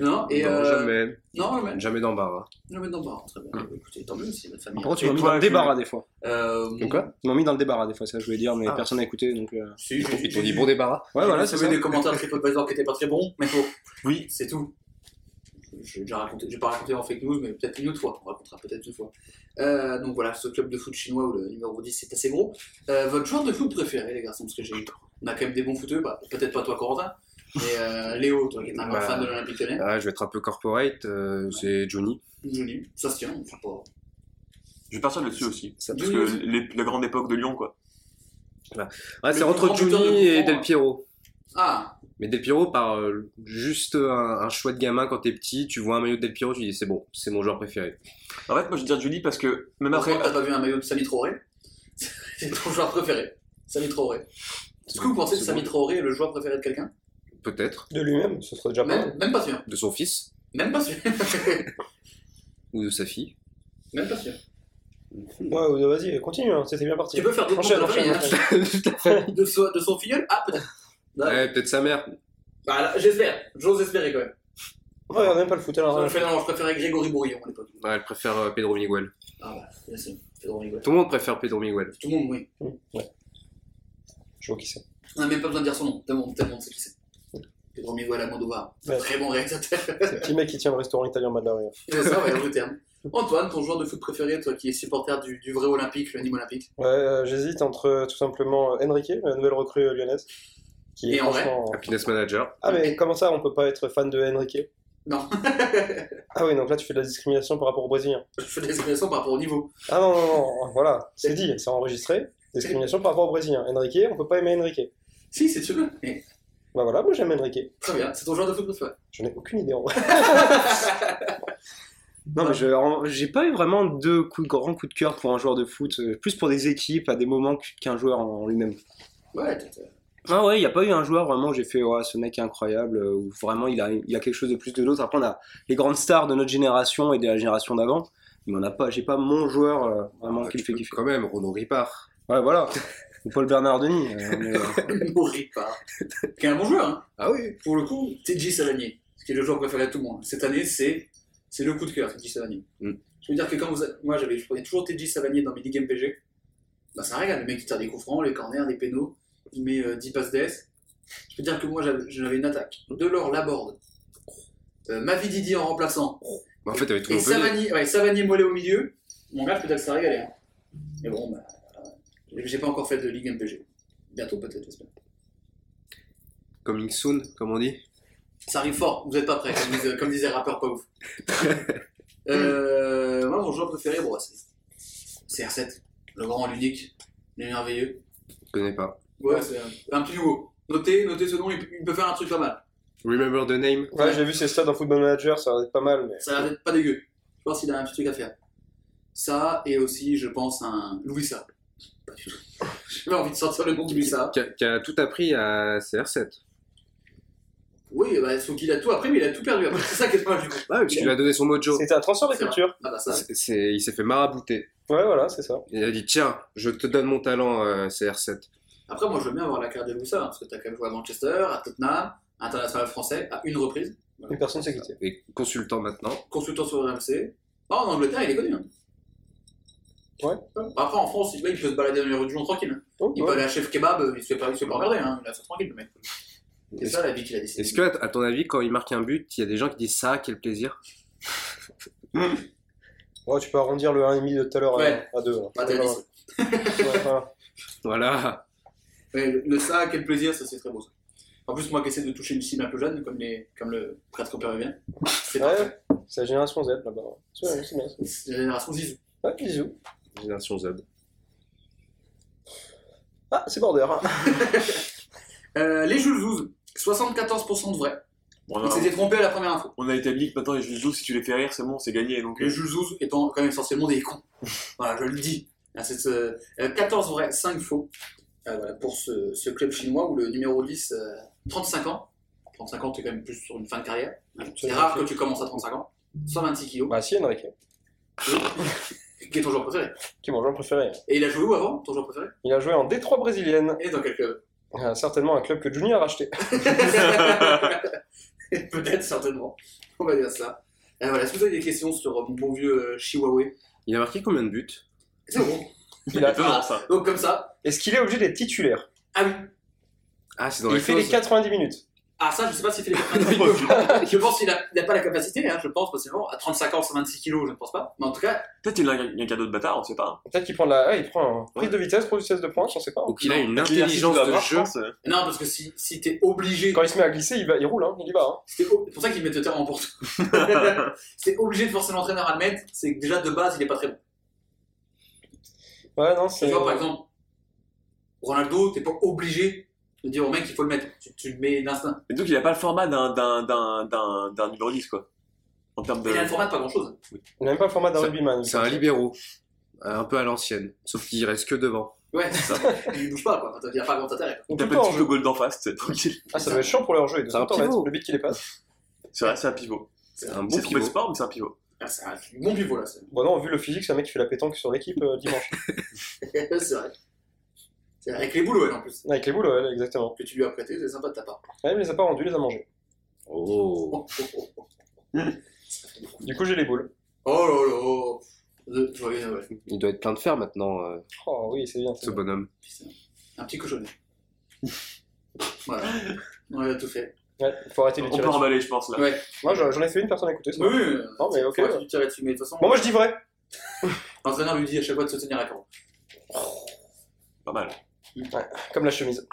Non, et. non, euh, jamais. Non, jamais. Jamais d'embarras. Jamais d'embarras. Très bien. Écoutez, tant mieux si votre famille. Ah, Par contre, ils Et m'ont mis toi, dans le Jules débarras des fois. Euh, Comme quoi Ils m'ont mis dans le débarras des fois, ça je voulais dire, mais Ah. personne n'a écouté donc. euh, si, j'ai- Ils t'ont j'ai- dit bon débarras Ouais, voilà, c'est J'ai ça. vu des commentaires TripAdvisor qui étaient pas très bons, mais bon. Oui. C'est tout. J'ai déjà raconté, j'ai pas raconté en fake news, mais peut-être une autre fois. On racontera peut-être une fois. Euh, donc voilà, ce club de foot chinois où le numéro 10 c'est assez gros. Euh, votre joueur de foot préféré, les garçons Parce que j'ai On a quand même des bons footeux, bah, peut-être pas toi, Corentin, mais euh, Léo, toi qui es un grand Ouais. fan de l'Olympique Lyonnais. Ah, je vais être un peu corporate, euh, c'est Johnny. Joli, ça se tient, on fera pas. Je vais partir là-dessus aussi. Ça- Parce que les- la grande époque de Lyon quoi. Ah, Le c'est plus entre grand buteur de Johnny et Coupe, hein. Del Piero. Ah, Mais Del Piero, par euh, juste un, un choix de gamin quand t'es petit, tu vois un maillot de Del Piero, tu dis c'est bon, c'est mon joueur préféré. En fait, moi je vais dire Julie parce que même après, après. t'as pas vu un maillot de Samy Traoré C'est ton joueur préféré, Samy Traoré. Est-ce que vous pensez que C'est Samy bon. Traoré est le joueur préféré de quelqu'un Peut-être. De lui-même, ce Ah, serait déjà pas mal. même, même pas sûr. De son fils Même pas sûr. ou de sa fille. même pas sûr. Ouais, vas-y, continue, hein, c'était bien parti. Tu peux faire des comptes de Enchaîne, la famille, enchaîne, hein. enchaîne. de, so- de son filleul Ah, peut-être. Là, Ouais, peut-être sa mère. bah, là, j'espère, j'ose espérer quand même. Ouais, regarde même pas le euh, foot, elle a Ça me rien. fait- non, je préférais Grégory Bourillon à l'époque. Ouais, elle préfère euh, Pedro Miguel. Ah, bah, là, c'est c'est drôle, rigole. Tout le monde préfère Pedro Miguel. Tout le monde, oui. Je vois qui c'est. On n'a même pas besoin de dire son nom, tellement, tellement on sait qui c'est. Pedro Miguel Almodovar, Ouais. très bon réalisateur. C'est le petit mec qui tient le restaurant italien en bas de la rue. C'est ça, ouais, le terme. Antoine, ton joueur de foot préféré, toi qui es supporter du, du vrai Olympique, le Nîmes Olympique. Ouais, euh, j'hésite entre euh, tout simplement euh, Enrique, la nouvelle recrue euh, lyonnaise, Qui est Et en vrai franchement- Happiness Manager. Ah, mais comment ça, on peut pas être fan de Henrique Non. ah oui, donc là, tu fais de la discrimination par rapport aux Brésiliens. Je fais des expressions par rapport au niveau. Ah non, non, non, voilà, c'est dit, c'est enregistré. Discrimination par rapport aux Brésiliens. Henrique, on peut pas aimer Henrique. Si, si tu veux. Mais, Bah voilà, moi j'aime Henrique. très bien, c'est ton joueur de foot préféré. J'en ai aucune idée en vrai. Non, mais je- en- j'ai pas eu vraiment de coups de grands coups de cœur pour un joueur de foot, euh, plus pour des équipes à des moments qu- qu'un joueur en en lui-même. Ouais, t'es- t'es- Ah ouais, il n'y a pas eu un joueur vraiment où j'ai fait ouais, ce mec est incroyable euh, ou vraiment il a, il a quelque chose de plus de l'autre. Après on a les grandes stars de notre génération et de la génération d'avant, mais on n'a pas, j'ai pas mon joueur euh, vraiment Ah, qui me tu fait peux kiffer. Quand même, Renaud Ripard. Ouais voilà, ou Paul Bernardoni. euh, mais, euh, Mourir pas. Qui est un bon joueur, hein. Ah oui Pour le coup, TJ Savanier, ce qui est le joueur préféré de tout le monde. Cette année, c'est c'est le coup de cœur, TJ Savanier. Mm. Je veux dire que quand vous, a- moi, j'avais, je prenais toujours TJ Savanier dans mes ligues MPG. Bah, ça regarde, le mec qui tire des coups francs, les corners, les pénaux, il met euh, 10 passes DS. Je peux dire que moi, j'avais, j'en avais une attaque. Delors Laborde, euh, Mavi Didi en remplaçant, Bah, En fait, t'avais tout et Montpellier. Savanier, ouais, Savanier Mollet au milieu. Mon gars, je peux dire que ça régalait. Hein. Mais bon, bah, euh, j'ai pas encore fait de ligue MPG. Bientôt, peut-être, j'espère. Coming soon, comme on dit. Ça arrive fort, vous n'êtes pas prêts, comme disait, comme disait le rappeur pas ouf. Euh, moi, mon joueur préféré, bon, c'est c'est R7, le grand, l'unique, le merveilleux. Je connais pas. Ouais, c'est un, un petit nouveau. Notez, notez ce nom, il, peut- il peut faire un truc pas mal. Remember the name Ouais, j'ai vu ses stats dans Football Manager, ça va être pas mal, mais. Ça a l'air d'être pas dégueu. Je pense qu'il a un petit truc à faire. Ça, et aussi, je pense, un Louis Sa. Pas du tout. J'ai pas envie de sortir le nom de Louis Sa. qui a, qui a tout appris à CR7. Oui, bah, sauf qu'il a tout appris, mais il a tout perdu après. C'est ça qui est pas mal du coup. Ah, tu lui as donné son mojo. C'était un transfert de culture. Ah bah ça. C'est- c'est- il s'est fait marabouter. Ouais, voilà, c'est ça. Il a dit Tiens, je te donne mon talent, euh, CR7. Après, moi, je veux bien avoir la carrière de Louis Sarr, parce que tu as quand même joué à Manchester, à Tottenham, international français, à une reprise, Une personne s'est quittée. Et consultant maintenant. consultant sur RMC. Bah, en Angleterre, il est connu. hein. Ouais. Bah, après, en France, il, il peut se balader dans les rues de Lyon tranquille. hein. Oh, Il ouais. peut aller à Chef Kebab, euh, il se fait pas, il se fait pas emmerder, hein. il a fait tranquille, le mec. C'est Est-ce- ça la vie qu'il a décidé. Est-ce que, à ton avis, quand il marque un but, il y a des gens qui disent ça, quel plaisir oh. Ouais, tu peux arrondir le 1,5 de tout à l'heure à- Ouais. à hein. 2. Bah, t'as dit ça. Voilà. Ouais, le, le ça, quel plaisir, ça c'est très beau ça. En plus, moi qui essaie de toucher une cible un peu jeune, comme, les, comme le prêtre péruvien, c'est parfait. Ouais, c'est la génération Z là-bas. C'est vrai, c'est bien. C'est la génération Zizou. Ah, bisous. Génération Z. Ah, c'est border. Euh, les Jules Zouz, 74% de vrai. Bon, Il on, a, s'était trompé à la première info. on a établi que maintenant, les Jules Zouz, si tu les fais rire, c'est bon, c'est gagné. Donc, euh, Les Jules Zouz étant quand même essentiellement des cons. voilà, je le dis. Là, c'est, euh, euh, 14 vrais, 5 faux. Euh, voilà, pour ce, ce club chinois où le numéro 10, euh, 35 ans. 35 ans, tu es quand même plus sur une fin de carrière. C'est rare que tu commences à 35 ans. 126 kilos. Bah, si, Enrique. Qui est ton joueur préféré Qui est mon joueur préféré. Et il a joué où avant, ton joueur préféré Il a joué en Détroit brésilienne. Et dans quel club Euh, certainement un club que Juni a racheté. Peut-être, certainement. On va dire ça. Euh, voilà, est-ce que vous avez des questions sur euh, mon bon vieux euh, Chihuahua Il a marqué combien de buts C'est bon. Il a- étonnant, ça. Donc, comme ça. Est-ce qu'il est obligé d'être titulaire Ah oui. Ah, c'est dans Il la fait clause. les 90 minutes. Ah ça, je sais pas s'il fait les Je pense qu'il n'a pas la capacité, hein, je pense, forcément. À 35 ans, 126 kilos, je ne pense pas. Mais en tout cas, Peut-être qu'il a un il a un cadeau de bâtard, on sait pas. hein. Peut-être qu'il prend de la. Ah, il prend un prise de vitesse, prise de points, on sait pas. hein. Ou qu'il a une L'exercice intelligence doit de avoir, jeu. je pense, euh. non, parce que si, si t'es obligé... Quand il se met à glisser, il, va... il roule, hein, il y va. hein. si t'es o- C'est pour ça qu'il met le terme en porte. si t'es obligé de forcer l'entraîneur à le mettre, c'est que déjà, de base, il est pas très bon. Ouais, non, Tu c'est. vois, par exemple, Ronaldo, t'es pas obligé de dire au mec qu'il faut le mettre. Tu, tu le mets d'instinct. Et donc, il a pas le format d'un- d'un- d'un d'un- d'un numéro 10, quoi. En termes de. Il a le format de pas grand-chose. Il n'a même pas le format d'un Ça- rugbyman. C'est un libéraux. Un peu à l'ancienne. Sauf qu'il reste que devant. Ouais, c'est ça. il bouge pas, quoi. Enfin, Il n'y a pas grand intérêt. quoi. Donc, T'as tout le pas temps en le jeu. jeu hein. goal d'en face, c'est tranquille. Ah, ça doit être chiant pour leur jeu. Ils C'est un doivent tout le temps pivot. mettre le but qui les passe. C'est vrai, c'est un pivot. C'est un bon C'est trompé de pivot. sport, mais c'est un pivot. Ah, C'est un bon pivot, là. c'est- Bon, non, vu le physique, c'est un mec qui fait la pétanque sur l'équipe euh, dimanche. c'est vrai. C'est avec les boules, ouais, en plus. Avec les boules, ouais, exactement. Que tu lui as prêté, c'est sympa de ta part. Ouais, mais il les a pas rendus, il les a mangés. Oh. Oh, oh, oh, oh. Du coup, j'ai les boules. Oh là là De joyeux Noël. Il doit être plein de fer maintenant, euh, Oh oui, c'est bien. c'est ce bien. bonhomme. Putain. hein. Un petit cochonnet. voilà. On a tout fait. Ouais, faut arrêter de On tirer. peut dessus. emballer, je pense, là. Ouais. Moi, j'en j'en ai fait une personne écouter. ça. Oui, oui, oui. Non, mais ok. Faut arrêter ouais. de tirer dessus, mais de toute façon, Bon, moi, je dis vrai. l'entraîneur lui dit à chaque fois de se tenir à carreau. Pas mal. Comme la chemise.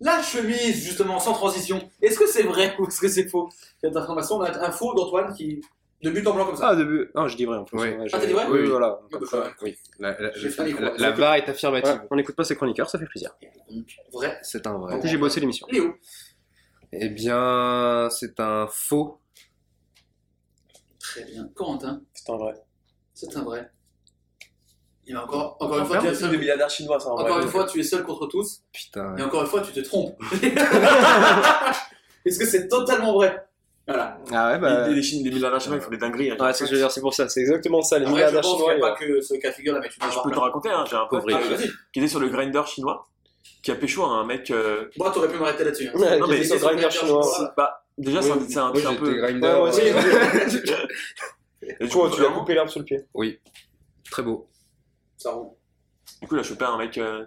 La chemise, justement, sans transition. Est-ce que c'est vrai ou est-ce que c'est faux Cette information, on a un faux d'Antoine qui. de but en blanc comme ça. Ah, début. Non, je dis vrai en plus. Oui. Ouais, Ah, je- t'as dit vrai Oui, voilà. Oui, bah, voilà. Oui, la, la, J'ai fait un micro. la- la VAR est affirmative. Ouais, On n'écoute pas ses chroniqueurs, ça fait plaisir. Donc, vrai. C'est un En vrai. plus, j'ai bossé l'émission. Léo. Eh bien, c'est un faux. Très bien. Corentin, C'est un vrai. c'est un vrai. Il a encore, encore une Enfin, fois, tu es le seul des seul. milliardaires chinois, ça. en Encore vrai. une fois, tu es seul contre tous. Putain. Et encore une fois, tu te trompes. Est-ce que c'est totalement vrai Voilà. Ah ouais, bah. Les, les Chines, les milliardaires chinois, ils font des dingueries. hein. Ouais, c'est ce que je veux dire, c'est pour ça. C'est exactement ça, les Après, je milliardaires pense qu'il chinois. n'y a pas que ce cas de figure là, mais tu peux Je avoir peux te plein. raconter, hein, j'ai un pauvre Pauvre Ah, vas-y. qui était sur le grinder chinois, qui a pécho un mec. euh, Moi, t'aurais pu m'arrêter là-dessus. hein. il y euh, a- Non, Ouais, mais qui c'est sont grinders chinois. Voilà. Bah, déjà, c'est un- Oui, c'est un, Moi, c'est un j'étais peu. grinder. Ouais, moi aussi, euh, Et du coup, Toi, tu as vraiment, coupé l'herbe sous le pied. Très beau. Ça roule. du coup, il a chopé un mec euh,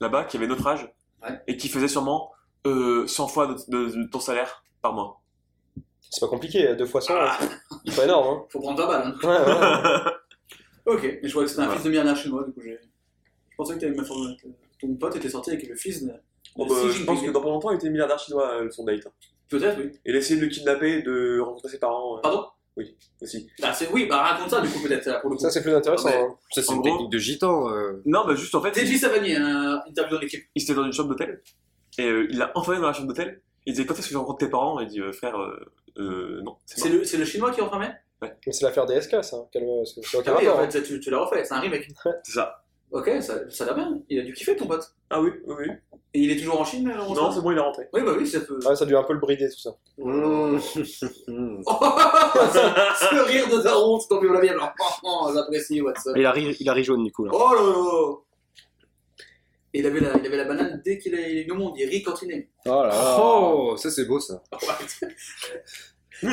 là-bas qui avait notre âge Ouais. et qui faisait sûrement euh, 100 fois de- de- de ton salaire par mois. C'est pas compliqué, euh, deux fois 100, c'est pas énorme. Hein. Faut prendre ta balle. hein. Ouais, ouais. Ok, mais je croyais que c'était un Voilà. fils de milliardaire chinois, du coup j'ai. Je pensais que t'avais ma formule. Ton pote était sorti avec le fils de. Bon, de bah, Xi je pense que Jinping. dans pas longtemps, il était milliardaire chinois, euh, son date. hein. Peut-être, oui. Et il a essayé de le kidnapper, de rencontrer ses parents euh, Pardon aussi. Bah, c'est- Oui, bah raconte ça, du coup, peut-être, là, pour le coup. Ça, c'est plus intéressant. Ouais. hein. Ça, c'est En une gros- technique de gitan. euh. Non, bah juste en fait, DJ Savanier, un interview de l'équipe. il était dans une chambre d'hôtel. Et euh, il l'a enfermé dans la chambre d'hôtel. Il disait, quand est-ce que je rencontre tes parents Il dit, euh, frère, euh, euh, non. C'est C'est le, c'est le chinois qui enfermait hein. Mais c'est l'affaire DSK, ça. Calme- C'est c'est aucun Ah oui, rapport. en hein. fait, tu, tu l'as refait, c'est un remake. bon. C'est ça. Ok, ça ça l'a bien, il a dû kiffer ton pote. Ah oui, oui, oui. Et il est toujours en Chine, là, en Non, ce c'est moment bon, il est rentré. Oui, bah oui, ça peut. Ah Ouais, ça a dû un peu le brider, tout ça. Mmh. Oh, ce rire de Daron, c'est tombé au labial. Oh, oh, j'apprécie, Watson. Il a ri, il a ri jaune du coup là. Oh là là Et il avait la, il avait la banane dès qu'il est il est au monde, il rit quand il est. Oh là là. Oh, ça, c'est beau, ça.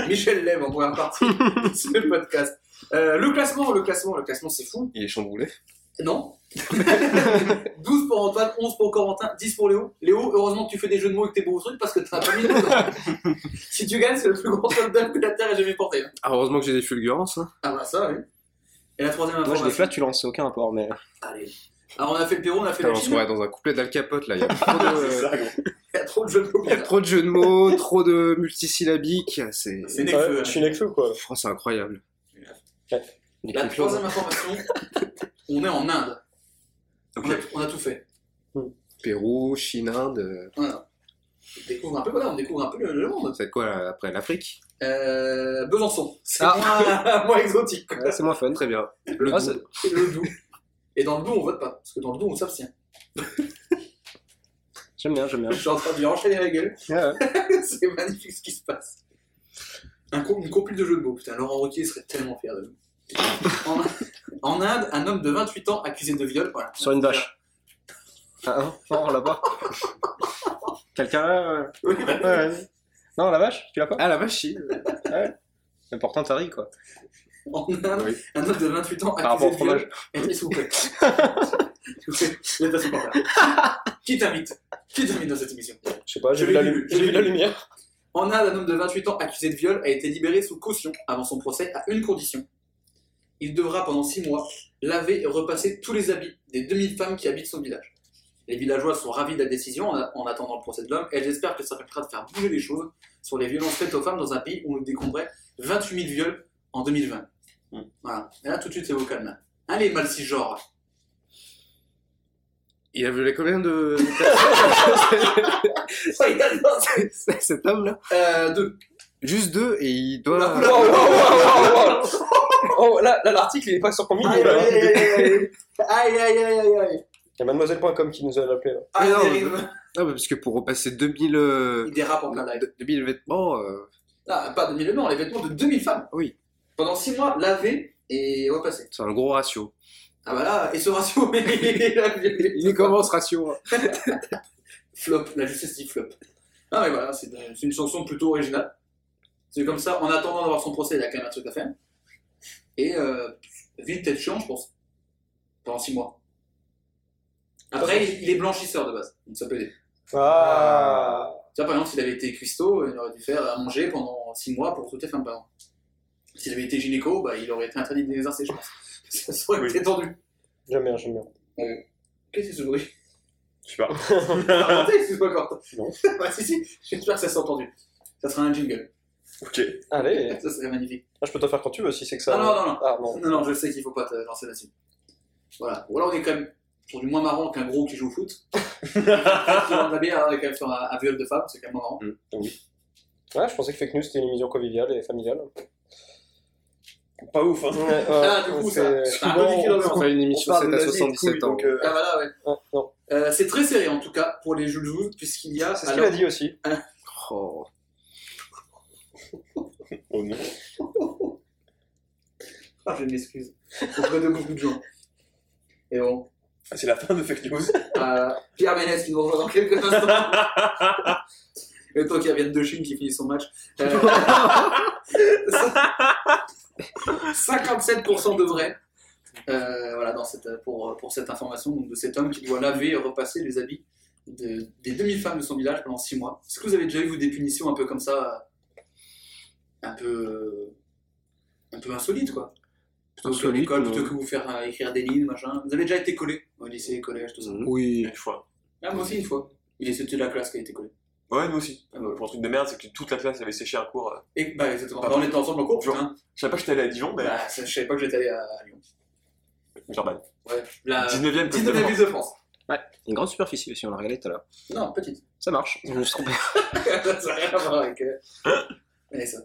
Michel l'aime en première partie de ce podcast. Euh, le classement, le classement, le classement c'est fou. Il est chamboulé. Non 12 pour Antoine, 11 pour Corentin, 10 pour Léo. Léo, heureusement que tu fais des jeux de mots et que t'es bon au truc parce que t'as pas mis de temps. Si tu gagnes, c'est le plus grand soldat que la Terre ait jamais porté. hein. Ah, heureusement que j'ai des fulgurances. hein. Ah bah ça, oui. Et la troisième Moi j'ai information. des flatulences, c'est aucun rapport, mais. Allez. Alors on a fait le Pérou, on a fait Putain, la on se Chine. Euh, croirait dans un couplet d'Al Capote, là. Il y a trop de, Il y a trop de jeux de mots. il y a trop de jeux de mots, trop de multisyllabiques. C'est C'est Ouais, Nekfeu. hein. je suis Nekfeu, quoi. Oh, c'est incroyable. Les La cultures, troisième information, on est en Inde. Ok. On, a, on a tout fait. Pérou, Chine, Inde. euh, Voilà. On découvre un peu, voilà, on découvre un peu le, le monde. C'est quoi là, après l'Afrique Euh, Besançon, c'est moins, Ah. moins exotique. quoi. Ouais, c'est moins fun. Très bien. Le Ah, Doubs. c'est- Le Doubs. Et dans le Doubs, on vote pas, parce que dans le Doubs, on s'abstient. J'aime bien, j'aime bien. Je suis en train de lui enchaîner la gueule. Ouais, ouais. c'est magnifique ce qui se passe. Un, co- une compile de jeux de mots. Putain, Laurent Roquier serait tellement fier de nous. en, en Inde, un homme de 28 ans accusé de viol, voilà. Sur une vache. Ah, hein non, là-bas. Quelqu'un là euh, Oui, ouais. bah, Ouais, ouais. Non, la vache, tu l'as pas Ah, la vache, si. L'important, t'as ri quoi. En Inde, Oui. un homme de 28 ans Par accusé rapport au de fromage. viol. Et s'il vous plaît. S'il vous plaît, je vais passer par là. Qui t'invite Qui t'invite dans cette émission Je sais pas, j'ai Je vu, la l'ai lu- lu, j'ai je vu l'ai la lu. lumière. En Inde, un homme de 28 ans accusé de viol a été libéré sous caution avant son procès à une condition. Il devra pendant 6 mois laver et repasser tous les habits des 2000 femmes qui habitent son village. Les villageois sont ravis de la décision en, en attendant le procès de l'homme et j'espère que ça permettra de faire bouger les choses sur les violences faites aux femmes dans un pays où on décombrait 28 000 viols en 2020. Mm. Voilà. Et là, tout de suite, c'est au calme. Allez, mal si genre. Il a violé combien de. C'est- Cet homme-là Euh, deux. Juste deux et il Oula, doit. oula, oula, oula, oula. Oh, là, là, l'article, il est pas sur combien hein, Aïe, là. aïe, Il aïe, aïe, aïe, aïe, aïe, aïe, aïe. y a mademoiselle.com qui nous a appelé, là. Ah, non, terrible. Ah, bah, parce que pour repasser 2000. euh, Il dérape en plein live. 2000 vêtements. euh, Ah, pas 2000 vêtements, les vêtements de 2000 femmes. Oui. Pendant 6 mois, laver et repasser. C'est un gros ratio. Ah bah là, et ce ratio, mais il Il est comment ce ratio hein Flop, la justice dit flop. Ah mais voilà, c'est c'est une chanson plutôt originale. C'est comme ça, en attendant d'avoir son procès, il y a quand même un truc à faire. Et euh, vite tête chiant, je pense. Pendant 6 mois. Après, il il est blanchisseur de base, donc ça peut aider. Ah, Tu vois, par exemple, s'il avait été cuistot, il aurait dû faire à manger pendant 6 mois pour toutes les femmes, par exemple. S'il avait été gynéco, bah, il aurait été interdit de les exercer, je pense. Ça aurait Oui. été tendu. j'aime bien, j'aime bien. Qu'est-ce que c'est ce bruit Je sais pas. T'as inventé, excuse-moi, Quentin. Non. bah, si, si, j'espère que ça s'est entendu. Ça sera un jingle. Ok. Allez, Ça serait magnifique. Ah, je peux t'en faire quand tu veux si c'est que ça. Non, non, non, non. Ah non. Non, non, je sais qu'il faut pas te lancer là-dessus. Voilà. Ou alors on est quand même sur du moins marrant qu'un gros qui joue au foot. qui vend de la bière, on est quand même sur un, un viol de femme, c'est quand même marrant. Ouais, je pensais que Fake News c'était une émission conviviale et familiale. Pas ouf, hein. Ouais, Ah, ouais, du coup, c'est- ça- ça a souvent, ridicule on- ambiance. On fait une on émission parle 7 de à la vie et de 77 couilles, ans. donc, euh, Ah, voilà, ouais. ouais, non. Euh, c'est très serré en tout cas pour les Jules puisqu'il y a. C'est ce qu'il a dit aussi. Oh. Oh non. Ah, je m'excuse. Auprès de beaucoup de gens. Et bon. Ah, C'est la fin de Fake News. Euh, Pierre Ménès qui nous rejoint dans quelques instants. Et toi qui reviens de Chine qui finit son match. Euh, 57% de vrai. Euh, voilà, dans cette, pour, pour cette information donc, de cet homme qui doit laver et repasser les habits de- des demi-femmes de son village pendant 6 mois. Est-ce que vous avez déjà eu vous, des punitions un peu comme ça euh, Un peu. euh, Un peu insolite quoi. Plutôt que Insolite, l'école, non. plutôt que vous faire euh, écrire des lignes, machin. Vous avez déjà été collé au lycée, collège, tout ça. Oui. Une fois. Ah, moi aussi, une fois. Il est c'était la classe qui a été collée. Ouais, nous aussi. Ah, bah, voilà. Pour un truc de merde, c'est que toute la classe avait séché un cours. euh. Et bah, exactement. Bah, on était ensemble en cours, putain. Je savais pas que j'étais allé à Dijon, mais. Bah, ça, je savais pas que j'étais allé à à Lyon. Genre, bah, Ouais. La 19ème, 19 ville Euh, de France. Une grande superficie aussi, on l'a regardé tout à l'heure. Non, petite. Ça marche. Je me suis trompé. ça n'a rien à voir avec. euh, Mais ça.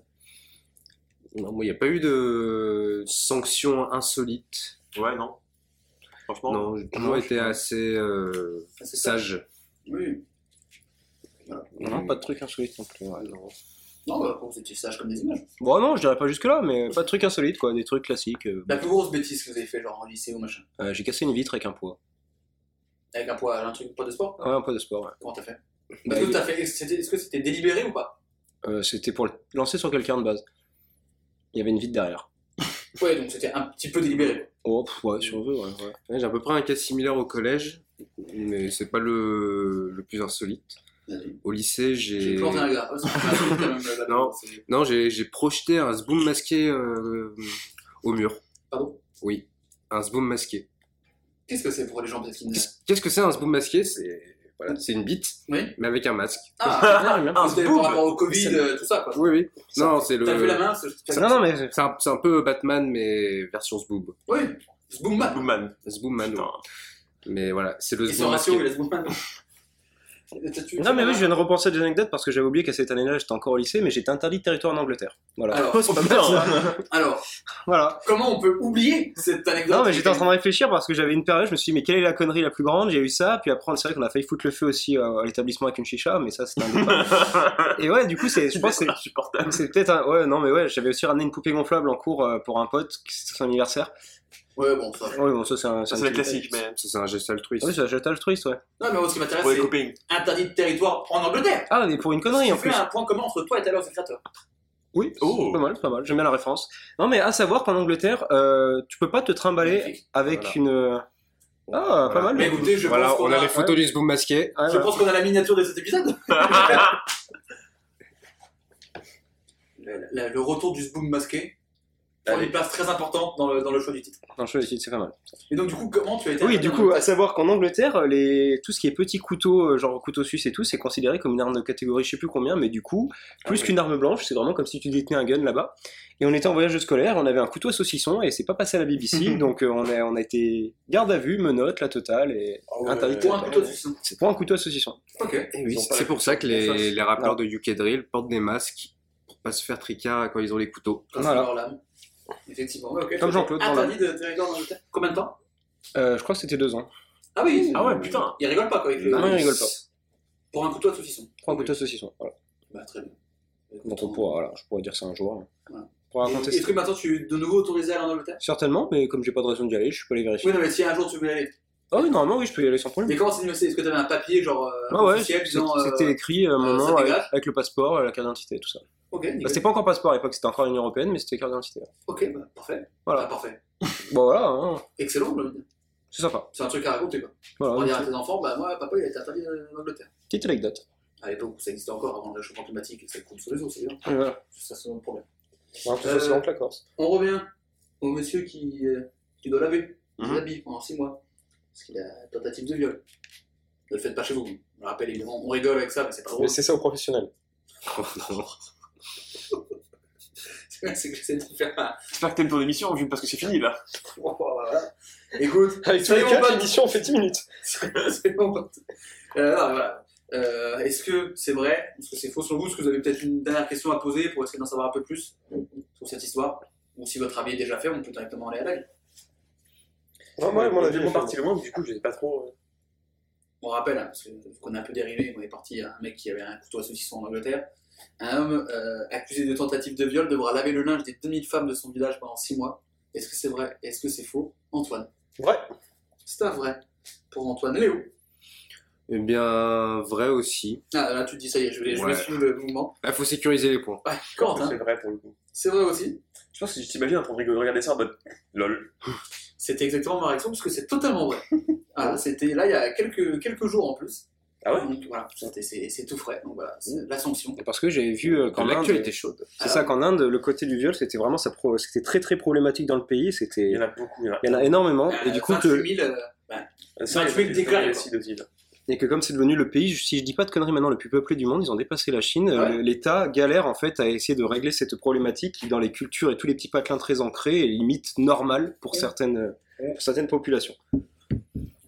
Non, moi, il n'y a pas eu de sanctions insolites. Ouais, non. Franchement. Non, j'ai toujours été assez euh, ça, c'est ça. sage. Oui. Non, pas de truc insolite Mm. non plus. Non, bah, vous étiez sage comme des images. Bon, non, je dirais pas jusque-là, mais pas de trucs insolites, quoi. Des trucs classiques. euh, La plus grosse bêtise que vous avez fait, genre en lycée ou machin. euh, J'ai cassé une vitre avec un poids. Avec un poids, un truc, pas de sport Ouais, un poids de sport, ouais. Comment t'as fait Bah, Est-ce que il- t'as fait- c'était- Est-ce que c'était délibéré ou pas Euh, C'était pour le lancer sur quelqu'un de base. Il y avait une vitre derrière. Ouais, donc c'était un petit peu délibéré. Oh, pff, ouais, si on veut, ouais. ouais. Ouais, J'ai à peu près un cas similaire au collège, mais c'est pas le, le plus insolite. Au lycée, J'ai j'ai. planté un gars. Oh, c'est pas insolite, quand même, là, là, Non. c'est- Non, j'ai j'ai projeté un zboom masqué euh, au mur. Pardon Oui, un zboom masqué. Qu'est-ce que c'est pour les gens peut-être qui ne. Qu'est-ce qu'est-ce que c'est un zboom masqué C'est voilà, c'est une bite, Oui. mais avec un masque. Ah, un c'était boob. par rapport au Covid, Ça- euh, tout ça quoi. Oui, oui. Non, c'est le. T'as vu la main ce- Ça- Non, non, mais C'est un, c'est un peu Batman, mais version zboob. Oui, ce Boomman. Boomman. Zboomman, Putain. ouais. Mais voilà, c'est le Ils sont zboom ratio, masqué. il a ce Boomman. T'as- tu- Non mais oui, je viens de repenser à des anecdotes parce que j'avais oublié qu'à cette année-là, j'étais encore au lycée, mais j'étais interdit de territoire en Angleterre. Voilà. Alors, C'est oh, pas mal, ça. Alors, Voilà. comment on peut oublier cette anecdote Non mais j'étais en train de réfléchir parce que j'avais une période, je me suis dit mais quelle est la connerie la plus grande J'ai eu ça, puis après c'est vrai qu'on a failli foutre le feu aussi euh, à l'établissement avec une chicha, mais ça c'était un autre pas. Et ouais, du coup c'est, je pense que c'est, Insupportable. c'est peut-être un... Ouais, non mais ouais, j'avais aussi ramené une poupée gonflable en cours euh, pour un pote, c'est son anniversaire. Ouais, bon, ça. Ouais bon ça c'est un... Ça, un c'est la petit- classique, mais. Ça, c'est un geste altruiste. Oui, c'est un geste altruiste, ouais. Non, mais moi, ce qui m'intéresse, Pour les Ah, c'est copines. interdit de territoire en Angleterre. Ah mais pour une connerie Tu en fais plus. un point commun entre toi et Taylor, le créateur. Oui, c'est Oh. pas mal, c'est pas mal, j'aime bien la référence. Non mais à savoir qu'en Angleterre, euh, tu peux pas te trimballer Magnifique. avec Voilà. une. euh, Ah, pas mal. Mais écoutez, je pense Voilà, qu'on on a a, les photos du zboom masqué. Ouais, je ouais. pense qu'on a la miniature de cet épisode. le, le- le retour du Boom masqué prend Allez. une place très importante dans le, dans le choix du titre. Non, je suis- c'est pas mal. Et donc, du coup, comment tu as été Oui, interdit du en coup, à savoir qu'en Angleterre, les... tout ce qui est petit couteau, euh, genre couteau suisse et tout, c'est considéré comme une arme de catégorie je sais plus combien, mais du coup, plus Ah oui. qu'une arme blanche, c'est vraiment comme si tu détenais un gun là-bas. Et on était en voyage scolaire, on avait un couteau à saucisson et c'est pas passé à la BBC, donc euh, on, a, on a été garde à vue, menotte, la totale et Ah ouais. interdit. de Pour un territoire. couteau de succinct. C'est pour un couteau à saucisson. Ok. Et Oui, oui, Ils ont pas c'est la pour ça que les, confiance. les rappeurs de UK Drill portent des masques pour pas se faire tricard quand ils ont les couteaux. Comme Voilà. dans l'âme. Effectivement. Ouais, ok. Comme Jean-Claude dans Interdit de territoire dans le terre. Combien de temps Euh, je crois que c'était deux ans. Ah oui. Ah ouais, putain. Il rigole pas quoi. Il fait- Ah non, il rigole pas. Pour un couteau de saucisson. Pour un couteau à saucisson, voilà. Bah, très bien. Donc on pourra, voilà, je pourrais dire ça un jour. hein. Voilà. Pour Et- raconter Est-ce ça. que maintenant tu es de nouveau autorisé à aller en Angleterre Certainement, mais comme j'ai pas de raison d'y aller, je peux aller vérifier. Oui, non, mais si un jour tu veux y aller. Ah oui, normalement, oui, je peux y aller sans problème. Mais comment c'est dimensionné Est-ce que t'avais un papier genre euh, Ah ouais, officiel c'est- disant. euh, c'était écrit euh, mon euh, ça nom avec, dégage avec le passeport, euh, la carte d'identité, tout ça. Ok, Bah, nickel. c'était pas encore passeport à l'époque, c'était encore l'Union Européenne, mais c'était carte d'identité. Ok, bah, parfait. Voilà. Ah, parfait. Bon voilà, hein, Excellent. je veux dire. c'est sympa. C'est un truc à raconter quoi. Pour dire Voilà, à une tes enfants, bah moi, papa, il a été interdit euh, en Angleterre. petite anecdote. À l'époque où ça existait encore avant le réchauffement climatique et que ça coule sur les eaux, c'est bien. Et voilà. Ça, c'est mon problème. Ouais, tout ça, c'est donc la Corse. On revient au monsieur qui, euh, qui doit laver ses Hein Mhm. habits pendant 6 mois. Parce qu'il a tentative de viol. Ne le faites pas chez vous. Je le rappelle, évidemment, on rigole avec ça, mais c'est pas Mais drôle. c'est ça aux professionnels. C'est que j'essaie de faire un. J'espère que t'aimes ton émission, Jules, parce que c'est fini là. Voilà. Écoute, Avec tous Soyons les cas, pas- l'émission, on fait 10 minutes. c'est bon. Euh, non, voilà. Euh, est-ce que c'est vrai Est-ce que c'est faux selon vous Est-ce que vous avez peut-être une dernière question à poser pour essayer d'en savoir un peu plus sur cette histoire Ou si votre avis est déjà fait, on peut directement aller à l'œil. Non, moi, mon avis, est il est parti faux. loin, du coup, Ah, je sais pas trop. euh, On rappelle, hein, parce que- qu'on a un peu dérivé, on est parti à un mec qui avait un couteau à saucisson en Angleterre. Un homme euh, accusé de tentative de viol devra laver le linge des 2000 femmes de son village pendant 6 mois. Est-ce que c'est vrai Est-ce que c'est faux Antoine. Vrai. C'est un vrai. Pour Antoine. Léo. Eh bien, vrai aussi. Ah, là, tu te dis, ça y est, je vais, je vais Ouais. suivre le mouvement. Il Bah, faut sécuriser les points. Ouais, Corentin. C'est vrai pour le coup. C'est vrai aussi. Je pense que tu t'imagines en train de rigoler- regarder ça en mode lol. C'était exactement ma réaction, parce que c'est totalement vrai. Ah, c'était là, il y a quelques, quelques jours en plus. Ah ouais Donc voilà, c'était- c'est c'est tout frais. Donc voilà, c'est Mmh. l'assomption. Parce que j'avais vu euh, Quand qu'en Inde, l'actualité chaude. c'est ça qu'en Inde, le côté du viol, c'était vraiment ça, pro- c'était très très problématique dans le pays. C'était, Il y en a beaucoup, il y en a. il y en a énormément, et du coup, te- 28 000, euh, je Ça, il y vais a le des déclarer, théories quoi. aussi d'Ozil. et que comme c'est devenu le pays, si je dis pas de conneries maintenant, le plus peuplé du monde, ils ont dépassé la Chine. Ouais. euh, L'État galère en fait à essayer de régler cette problématique qui, dans les cultures et tous les petits patelins très ancrés, est limite normale pour certaines, euh, pour certaines populations.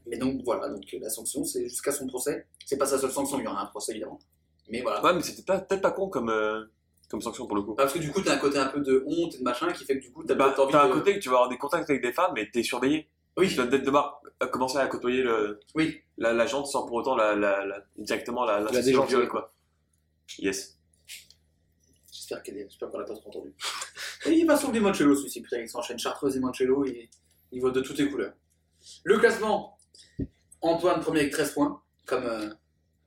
Mais donc voilà, donc euh, la sanction, c'est jusqu'à son procès. C'est pas sa seule sanction, il y aura un procès évidemment. Mais voilà. Bah, Ouais, mais c'était pas- peut-être pas con comme, euh, comme sanction pour le coup. Parce que du coup, t'as un côté un peu de honte et de machin qui fait que du coup, t'as Bah, peut-être envie T'as un de- côté que tu vas avoir des contacts avec des femmes, mais t'es surveillé. Tu Oui, dois peut-être devoir euh, commencer à côtoyer le, oui. la, la jante sans pour autant la, la, la- directement la, la, déjantée, viol, quoi. Yes. J'espère qu'elle est- j'espère qu'on l'a pas trop entendu. Et il va sur des Mancello celui-ci, putain, il s'enchaîne Chartreuse et Mancello, il, il voit de toutes les couleurs. Le classement Antoine premier avec 13 points, comme euh,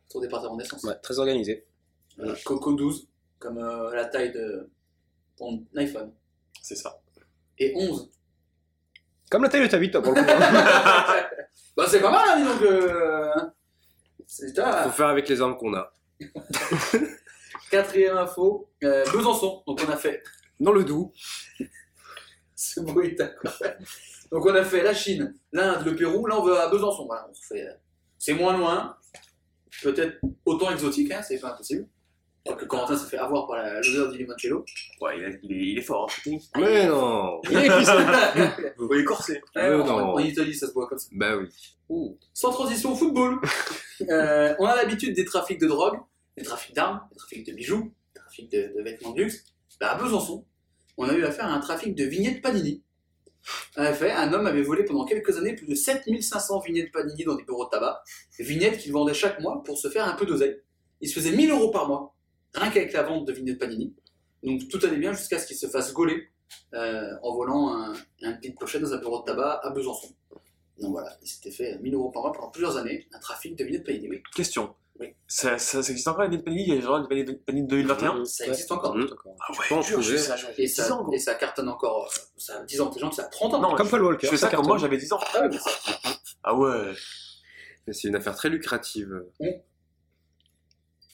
ton département de naissance. Ouais, très organisé. Euh, Coco 12, comme euh, la taille de ton iPhone. C'est ça. Et 11. Comme la taille de ta bite, toi, pour le coup. hein. bah, c'est pas mal, hein, dis donc. euh, hein. C'est putain, Faut faire avec les armes qu'on a. Quatrième info, euh, Besançon. Donc on a fait Dans le Doubs. ce bruit. d'accord. Donc on a fait la Chine, l'Inde, le Pérou. Là on va à Besançon. Voilà, on fait. euh, C'est moins loin, peut-être autant exotique, hein, c'est pas impossible. Quoique que Corentin s'est fait avoir par la- l'odeur du limoncello. Ouais, il, est- il est, il est fort hein. en shooting. Mais non Ouais, Il est corsé. Mais en, non. en Italie, ça se voit comme ça. Bah oui. Sans transition, football. Euh, on a l'habitude des trafics de drogue, des trafics d'armes, des trafics de bijoux, des trafics de, de vêtements de luxe. Bah, à Besançon, on a eu affaire à un trafic de vignettes Panini. En effet, un homme avait volé pendant quelques années plus de 7500 vignettes Panini dans des bureaux de tabac. Des vignettes qu'il vendait chaque mois pour se faire un peu d'oseille. Il se faisait 1000 euros par mois, rien qu'avec la vente de vignettes Panini. Donc tout allait bien jusqu'à ce qu'il se fasse gauler euh, en volant un, un petite pochette dans un bureau de tabac à Besançon. Donc voilà, il s'était fait 1000 euros par mois pendant plusieurs années, un trafic de vignettes Panini. Oui, Question. Oui. Ça, ça, ça existe encore, les paniques Il y a genre les paniques de 2021 ça existe encore. Mmh. Ah ouais, Je peux en jure, je trouver. fais ça, j'avais Et 10 ça, ans, gros. et ça cartonne encore. euh, Ça a 10 ans, t'es gentil, ça a 30 ans. Non, Comme je, Paul Walker. je fais ça quand cartonne. moi j'avais 10 ans. Ah ouais, mais ça- Ah ouais. Mais C'est une affaire très lucrative.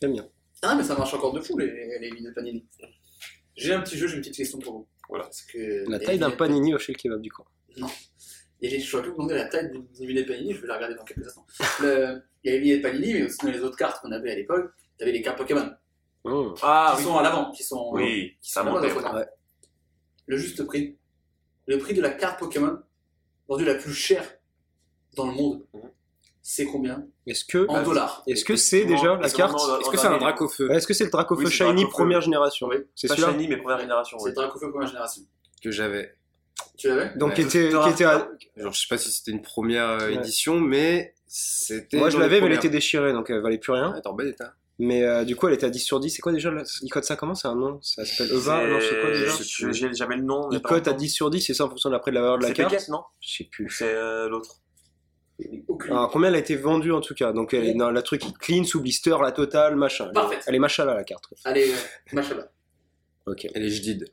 J'aime bien. Ah, mais ça marche encore de fou, les, les vignettes Panini. J'ai un petit jeu, j'ai une petite question pour vous. Voilà. Parce que La les taille d'un vignettes- panini au chez le kebab du coin. Il y a les, je vais vous demander la taille d'une d'une vignette Panini, je vais la regarder dans quelques instants. Le- il y a les vignettes Panini, mais aussi dans les autres cartes qu'on avait à l'époque, t'avais les cartes Pokémon, Ah qui oui. sont à l'avant, qui sont... Oui, qui ça sont là-bas montait. dans le photo. hein. Le juste prix. Le prix de la carte Pokémon, vendue la plus chère dans le monde, Mhm. c'est combien Est-ce que euh, En dollars. est-ce que c'est déjà la carte Est-ce que c'est un drac au feu Ouais, Est-ce que c'est le Dracofeu Oui, c'est le Shiny Dracofeu. première génération Oui. C'est Pas celui-là Shiny, mais première génération. C'est ouais. le Dracofeu première génération. que j'avais Tu l'avais Donc qui Ouais. était, qui était à- Genre, je sais pas si c'était une première euh, Ouais. édition, mais c'était. Moi je dans les l'avais mais elle était premières. déchirée donc euh, elle valait plus rien. Attends, bel état. Mais euh, du coup elle était à 10 sur 10. C'est quoi déjà le- Il cote ça comment C'est un nom Ça s'appelle Eva Non c'est quoi déjà Je- je- j'ai- J'avais le nom. mais Il pas cote à longtemps. 10 sur 10 et ça en fonction de la, de la valeur de la C'est Beckett, carte. non Je sais plus. C'est euh, l'autre. Ah. Aucune. Alors combien elle a été vendue en tout cas Donc elle est dans la truc clean sous blister, la totale, machin. Parfait. Elle est machala la carte. quoi. Allez, euh, machala. Ok. Elle est jdid.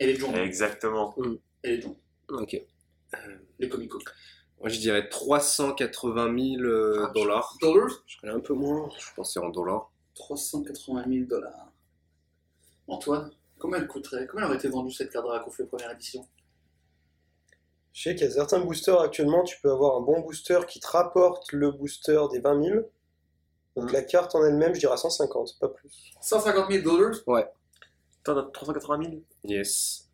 Elle est de journée. Exactement. Elle est de journée. Ok. Les comico. Moi, je dirais 380 000 euh, Ah, dollars. Dollars Je connais un peu moins. Je pense que c'est en dollars. 380 000 dollars. Antoine, combien elle coûterait Combien elle aurait été vendue cette carte Dracofeu première édition Je sais qu'il y a certains boosters actuellement, tu peux avoir un bon booster qui te rapporte le booster des 20 000. Donc la carte en elle-même, je dirais 150, pas plus. 150 000 dollars Toi, t'as 380 000 Yes.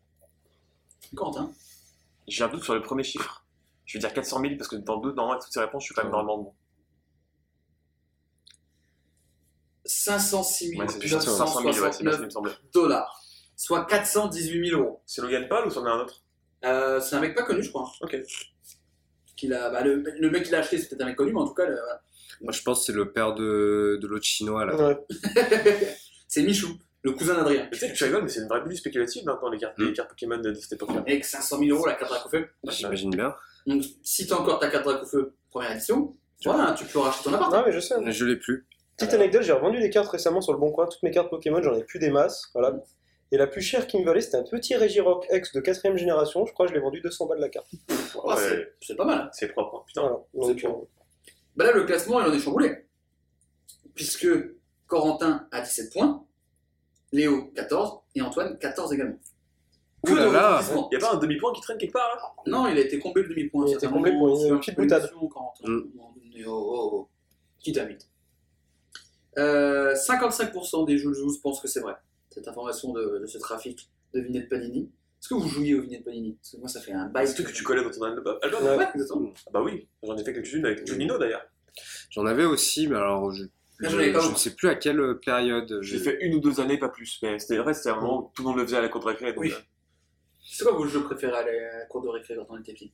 Quentin. J'ai un doute sur le premier chiffre. Je vais dire 400 000 parce que dans le doute, normalement, avec toutes ces réponses, je suis quand même dans le monde. 506 Ouais, c'est juste 500 000, ouais, c'est bien ce qui me 969 semblait. dollars. Soit 418 000 euros. C'est Logan Paul ou c'en est un autre Euh, c'est un mec pas connu, je crois. Ok. Qu'il a, bah, le, le mec qui l'a acheté, c'est peut-être un mec connu, mais en tout cas, le- voilà. Moi, je pense que c'est le père de, de l'autre chinois, là. Ah Ouais. c'est Michou, le cousin d'Adrien. Tu sais, tu rigoles, mais c'est une vraie bulle spéculative maintenant, les cartes, Mm. les cartes Pokémon de, de cette époque-là. Avec 500 000 euros la carte Dracofeu. J'imagine bien. Donc, si t'as encore ta carte Dracofeu première édition, voilà, tu peux racheter ton appart. Non, mais je sais. Je l'ai plus. Petite anecdote, j'ai revendu des cartes récemment sur le bon coin. Toutes mes cartes Pokémon, j'en ai plus des masses. Voilà. Et la plus chère qui me valait, c'était un petit Regirock X de 4ème génération. Je crois que je l'ai vendu 200 balles la carte. Ah, Ouais, c'est- C'est pas mal. C'est propre, hein, putain. Voilà. Donc, C'est euh, Bah là, le classement, il en est chamboulé. Puisque Corentin a 17 points, Léo 14 et Antoine 14 également. Que Ouh là de là. rebondissements. Y a pas un demi-point qui traîne quelque part là Non, il a été comblé le demi-point. Il a été certainement. comblé pour une C'est un petite peu une boutade. mission, Corentin. Mm. Oh, oh, oh. Qui t'invite Euh, 55% des jeux de joueurs pensent que c'est vrai. Cette information de, de ce trafic de vignettes Panini. Est-ce que vous jouiez aux vignettes Panini Parce que moi, ça fait un bail. Est-ce que tu collais dans ton album album Ouais. Ouais, exactement. Ah Bah oui, j'en ai fait quelques-unes avec Junino d'ailleurs. J'en avais aussi, mais alors, je, Là, je, j'en avais pas je beaucoup. ne sais plus à quelle euh, période. J'ai je- fait une ou deux années, pas plus. Mais c'était vrai, c'était un moment où tout le monde le faisait à la contre récré. donc, Oui. euh, C'est quoi vos jeux préférés à la cour de récré quand on était petit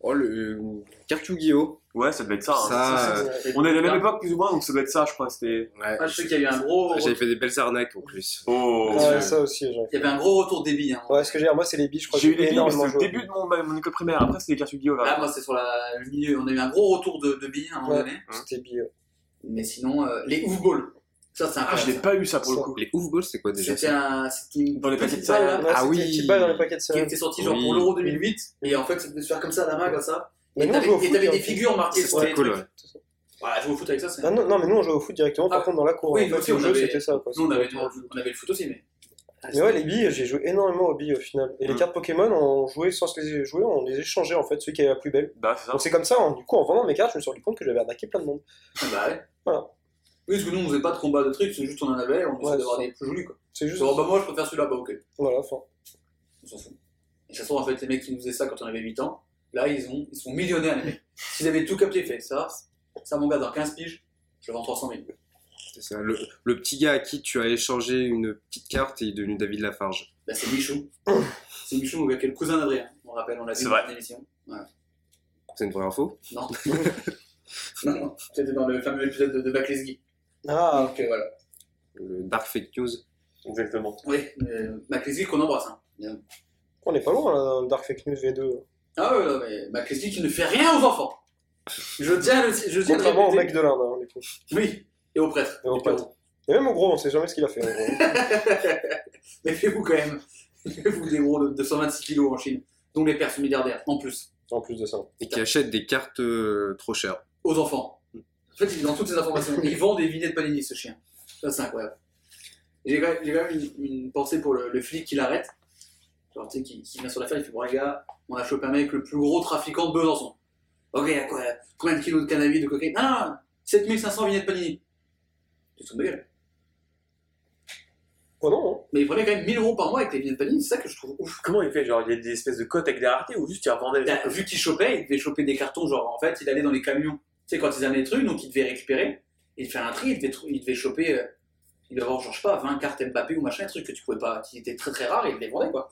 Oh, le. euh, Carte Yu-Gi-Oh! Ouais, ça devait être ça. hein. Ça, Ça, Ah, euh, c'est- On est à la même époque plus ou moins, donc ça doit être ça, je crois. C'était. Ouais. Ah, je sais qu'il y a eu un gros, J'avais il fait des belles arnaques en plus. Oh. ouais, ça aussi. j'en ai. y avait un gros retour débit. Hein. Ouais, ce que j'ai moi, c'est les billes. Je crois que J'ai eu des billes, mais énormément c'était le joué. début de mon, ma- mon école primaire. Après, c'était les cartes Yu-Gi-Oh! Là, là. moi, c'est sur la, le milieu. On a eu un gros retour de, de billes hein, à un moment Ouais. donné. C'était billes. ouais. Mais sinon, euh, les ouf balls. Ça, c'est Ah, je l'ai incroyable. pas eu ça pour le Ça. coup. Les ouf balls, c'est quoi déjà? C'était ça un, c'était une Dans les petite paquets de céréales, balle, là, Ouais, Ah c'était oui. les petites balles dans les paquets de qui céréales. était sortie genre Oui. pour l'Euro 2008. Et en fait, ça devait se faire comme ça à la main, comme ça. Mais Et nous, on t'avais joue au et foot t'avais des direct. figures marquées sur C'était les cool, trucs. ouais. Voilà, je joue au foot avec ça. c'est- Ah non, non, mais nous, on jouait au foot directement. Par Ah. contre, dans la cour, Oui, en nous fait, aussi, le on jeu, avait- c'était ça. quoi. Ah, Nous, on avait, on avait le foot aussi, mais. Mais ouais, les billes, j'ai joué énormément aux billes au final. Et les Mm. cartes Pokémon, on jouait sans se les jouer, on les échangeait en fait, celui qui avait la plus belle. Bah, c'est ça. Donc c'est comme ça, en- du coup, en vendant mes cartes, je me suis rendu compte que j'avais arnaqué plein de monde. Ah Bah ouais. Voilà. Oui, parce que nous, on faisait pas de combat de trucs, c'est juste on en avait et on essayait Ouais, d'avoir c'est des plus jolis, quoi. C'est juste. Genre, bah, moi, je préfère celui-là, bah, ok. Voilà, enfin. On s'en fout. Et ça se trouve, en fait, les mecs qui nous faisaient ça quand on avait 8 ans, là, ils, ont, ils sont millionnaires, les mecs. S'ils avaient tout capté, fait ça, ça, mon gars, dans 15 piges, je le vends 300 000. C'est ça. Le, le petit gars à qui tu as échangé une petite carte et il est devenu David Lafarge. Là, Bah, c'est Michou. c'est Michou, mon gars, qui est le cousin d'Adrien. On rappelle, on l'a vu C'est dans vrai. l'émission. C'est une vraie info? Non. non, non. C'était dans le fameux épisode de, de Baclesky. Ah, Donc, euh, voilà. Le Dark Fake News. Exactement. Oui, euh, Baclesky qu'on embrasse, hein. on n'est pas loin là, dans le Dark Fake News V2. Ah ouais, non, mais Baclesky qui ne fait rien aux enfants. Je tiens à le, je tiens à le Contrairement au répéter. mec de l'Inde, hein, du coup. Oui, et au prêtre. Et au prêtre. Et même au gros, on sait jamais ce qu'il a fait. en gros. Mais faites-vous quand même. Faites-vous des gros de 226 kilos en Chine, dont les pères sont milliardaires, en plus, en plus de ça. Et qui achète des cartes euh, trop chères. aux enfants. En fait, il est dans toutes ces informations. Il vend des vignettes Panini, ce chien. Ça, c'est incroyable. Et J'ai quand même, j'ai quand même une, une pensée pour le, le flic qui l'arrête. Genre, tu sais, qui, qui vient sur l'affaire, il fait Bon, les gars, on a chopé un mec, le plus gros trafiquant de Besançon. Ok, à quoi Combien de kilos de cannabis, de cocaïne Ah 7500 vignettes Panini. Tu te fous de ma gueule. Oh non, Mais il prenait quand même 1000 euros par mois avec les vignettes Panini, c'est ça que je trouve ouf. Comment il fait Genre, il y a des espèces de cotes avec des raretés ou juste il revendait les Bah, vu qu'il chopait, il devait choper des cartons, genre en fait, il allait dans les camions. Tu sais, quand ils amenaient les trucs, donc il devait récupérer, il devait faire un tri, il devait, trou- il devait choper, euh, il devait avoir, genre, je sais pas, 20 cartes Mbappé ou machin, un truc que tu pouvais pas, qui était très très rare et il les vendait quoi.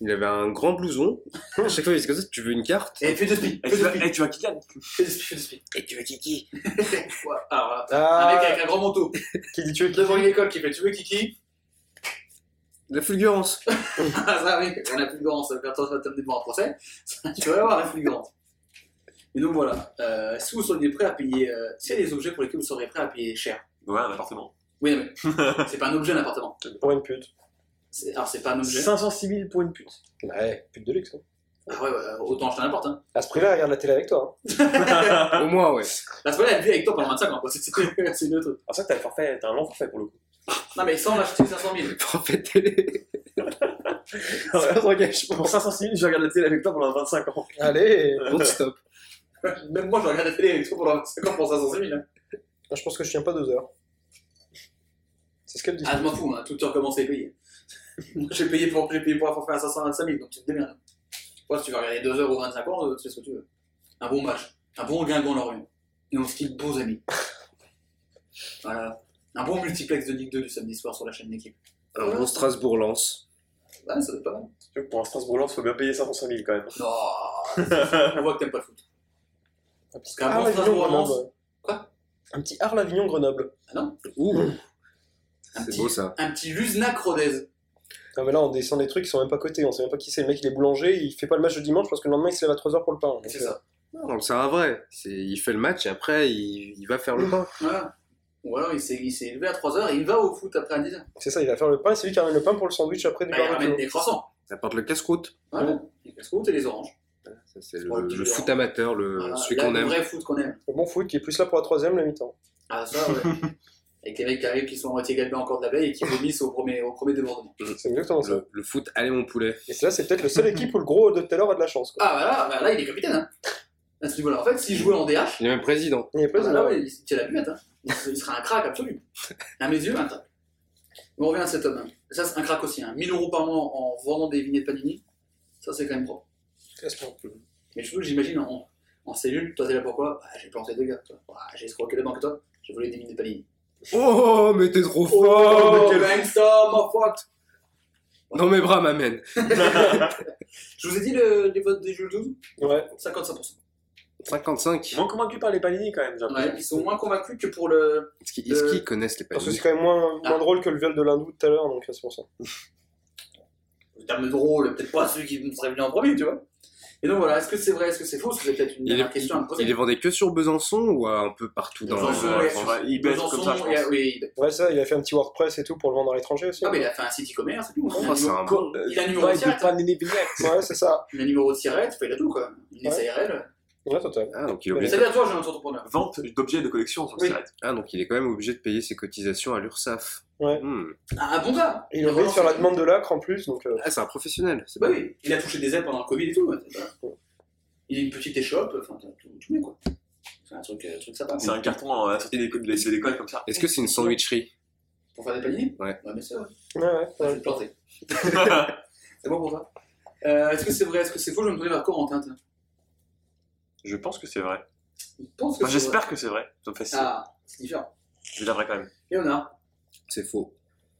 Il avait un grand blouson. À chaque fois, il disait comme ça, tu veux une carte Et fais de spi, Eh, fais tu de vas- spi, eh, tu vas quitter fais de spi, fais de spi. Et tu veux Kiki Ouais, Alors là, un Ah, mec avec un grand manteau, qui dit tu es qui devant une école qui fait Tu veux Kiki La fulgurance Ah, ça oui, on a fulgurance, ça va faire attendre ça va t'amener devant un procès, Ça, tu vas avoir la fulgurance. Et donc voilà, euh, si vous seriez prêt à payer, euh, s'il y a des objets pour lesquels vous seriez prêt à payer cher. Ouais, un appartement. Oui, non, mais c'est pas un objet, un appartement. Pour une pute. C'est- Alors, c'est pas un objet. 506 000 pour une pute. Ouais, pute de luxe. hein. Ah ouais, ouais, autant acheter un appart. Hein. À ce prix-là, regarde la télé avec toi. hein. Au moins, ouais. La semaine, elle vit avec toi pendant 25 ans. quoi. C'est- C'est c'est une autre. Ah, ça, t'as le forfait, t'as un long forfait pour le coup. Non, mais sans l'acheter 500 000. Forfait télé. C'est un engagement. Pour 506 000, je regarde la télé avec toi pendant 25 ans. Allez Non-stop. Même moi, je regarde la télé avec toi pendant 25 ans pour 500 000. hein. Je pense que je tiens pas deux heures. C'est ce qu'elle dit. Ah, je m'en fous, hein, toute heure commence à est payée. Moi, j'ai payé pour, j'ai payé pour un forfait à 525 000, donc tu te démerdes. Toi, si tu vas regarder 2 heures ou 25 ans, euh, tu fais ce que tu veux. Un bon match, un bon guingamp lorient et on se quitte bons amis. Voilà. Un bon multiplex de Ligue 2 du samedi soir sur la chaîne d'équipe. Euh, Un bon Strasbourg-Lance. Ouais, ça doit être pas mal. Ah. Pour un Strasbourg Lens, faut bien payer 505 000 quand même. Non, Oh, on voit que t'aimes pas le foot. Ah, Parce qu'un bon Strasbourg-Lens, Arlavignon-Grenoble. Quoi Un petit Arlavignon-Grenoble. un C'est petit, beau ça. un petit Luznac Rodez. Non mais là on descend des trucs qui sont même pas cotés, on sait même pas qui c'est. Le mec il est boulanger, il fait pas le match le dimanche parce que le lendemain il se lève à 3h pour le pain. Donc, C'est euh, ça. Non, donc c'est un vrai. C'est- Il fait le match et après il, il va faire le pain. Voilà. Ou alors il s'est il s'est levé à 3h et il va au foot après à 10h. C'est ça, il va faire le pain, c'est lui qui ramène le pain pour le sandwich après du Bah, il ramène barbecue. des croissants. Ça porte le casse-croûte. Voilà. Les casse-croûtes et les oranges. Ça, C'est Ouais, le, le petit le joueur. foot amateur, le, Voilà, Euh, celui là, qu'on le aime. vrai foot qu'on aime. Le bon foot qui est plus là pour la troisième la mi-temps. Ah, ça, ouais. Avec les mecs qui arrivent qui sont à moitié galbés encore de la veille et qui vomissent au premier, au premier débordement. C'est exactement ça. Le, le foot, allez mon poulet. Et c'est là c'est peut-être le seul équipe où le gros de Taylor a de la chance. Quoi. Ah, voilà, bah, là, il est capitaine, hein. À ce niveau-là. En fait, s'il jouait en DH, Il est même président. Il est ah, pas bah, là, ouais, il tient la buvette, hein. Il se- il serait un crack, absolu. À mes yeux, un crack. On revient à cet homme. hein. Ça, c'est un crack aussi, hein. 1000 euros par mois en vendant des vignettes Panini. Ça, c'est quand même propre. Mais surtout, j'imagine, en, en cellule, toi, t'es là pourquoi bah, J'ai planté deux gars, toi. Bah, j'ai escroqué la banque, toi. J'ai volé des vignettes Panini. Oh, mais t'es trop Oh, fort quel gangster, my fuck Dans mes bras, m'amène. Je vous ai dit le, les votes des Jules 12 Ouais. 55%. 55. Moins convaincu par les Panini quand même, j'ai Ouais, l'impression. ils sont moins convaincus que pour le. Est-ce qu'ils est-ce qu'ils connaissent les Parce que paniers c'est quand même moins, Ah. moins drôle que le viol de l'hindou de tout à l'heure, donc euh, c'est pour ça. Le terme drôle, peut-être pas celui qui me serait venu en premier, tu vois. Et donc voilà, est-ce que c'est vrai, est-ce que c'est faux Parce que c'est peut-être une Il dernière est- question à me Il poser. les vendait que sur Besançon ou euh, un peu partout dans Besançon, la ouais. France Ouais, il baisse comme ça, je Besançon, il y a- pense. oui, il- Ouais, ça, il a fait un petit WordPress et tout pour le vendre à l'étranger aussi. Ah, mais il a fait un site e-commerce et tout. hein. Il a Oh, c'est numéro- un Quoi, euh, Il a un numéro Ah, de ouais, tirette, de Panini Vignettes. Ouais, c'est ça. il a un numéro de tirette, enfin, il a tout quoi. Il est Ouais. SARL. Ouais, total. Ah, donc il est obligé C'est à toi, j'ai un entrepreneur. Vente d'objets de collection sur le Oui. site. Ah, donc il est quand même obligé de payer ses cotisations à l'URSSAF. Ouais. Hmm. Ah, un bon gars Et il est obligé de faire la demande de l'acre en plus, donc euh, Ah, c'est un professionnel. C'est Bah pas oui, il a touché des ailes pendant le Covid et tout. ouais, c'est pas- Il a une petite échoppe, enfin, t'as tout, tout mis quoi. C'est un truc, euh, truc sympa. C'est un carton à la sortie des écoles- des- de l'école comme ça. Est-ce que c'est une sandwicherie Pour faire des paniers Ouais. Ouais, mais c'est vrai. ouais, ouais, Je vais ouais. le planter. c'est bon pour toi Euh, Est-ce que c'est vrai Est-ce que c'est faux Je vais me tourner vers Corentin. tiens. Je pense que c'est vrai. Je pense que c'est Enfin, vrai. J'espère que c'est vrai. Ça me fait si. Ah, c'est différent. Je l'aimerais quand même. Léonard, C'est faux.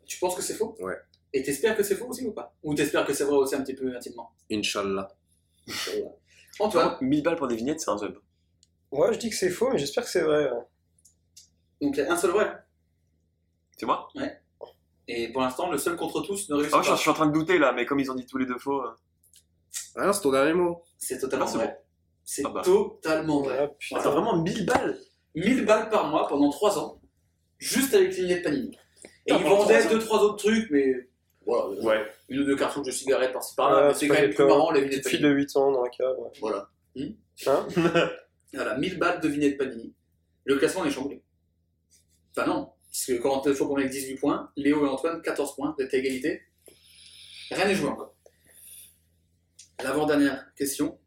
tu penses que c'est faux Ouais. Et t'espères que c'est faux aussi ou pas Ou t'espères que c'est vrai aussi un petit peu intimement Inch'Allah. Par Antoine, contre, 1000 balles pour des vignettes, c'est un sub. Ouais, je dis que c'est faux, mais j'espère que c'est vrai. ouais. donc il y a un seul vrai. C'est moi Et pour l'instant, le seul contre tous ne réussit Ah, je, pas. je suis en train de douter là, mais comme ils ont dit tous les deux faux. euh, Ah non, c'est ton dernier mot. C'est totalement Ah, c'est vrai. C'est Ah bah. totalement vrai. Ouais, Ah, putain. Attends, vraiment 1000 balles 1000 balles par mois pendant 3 ans, juste avec les vignettes Panini. Et Putain, il Ah, pendant vendait trois ans. 2-3 autres trucs, mais voilà. Ouais. une ou deux cartouches de cigarettes par-ci par-là, Ouais, mais c'est c'est quand pas même des plus corps. marrant les vignettes Petite fille Panini. de 8 ans dans la cave. ouais. Voilà. Hmm Hein voilà, 1000 balles de vignettes Panini. Le classement est chamboulé. Enfin non, puisque Corentin Faux qu'on est avec 18 points, Léo et Antoine 14 points, vous êtes à égalité. Rien n'est joué encore. L'avant-dernière question,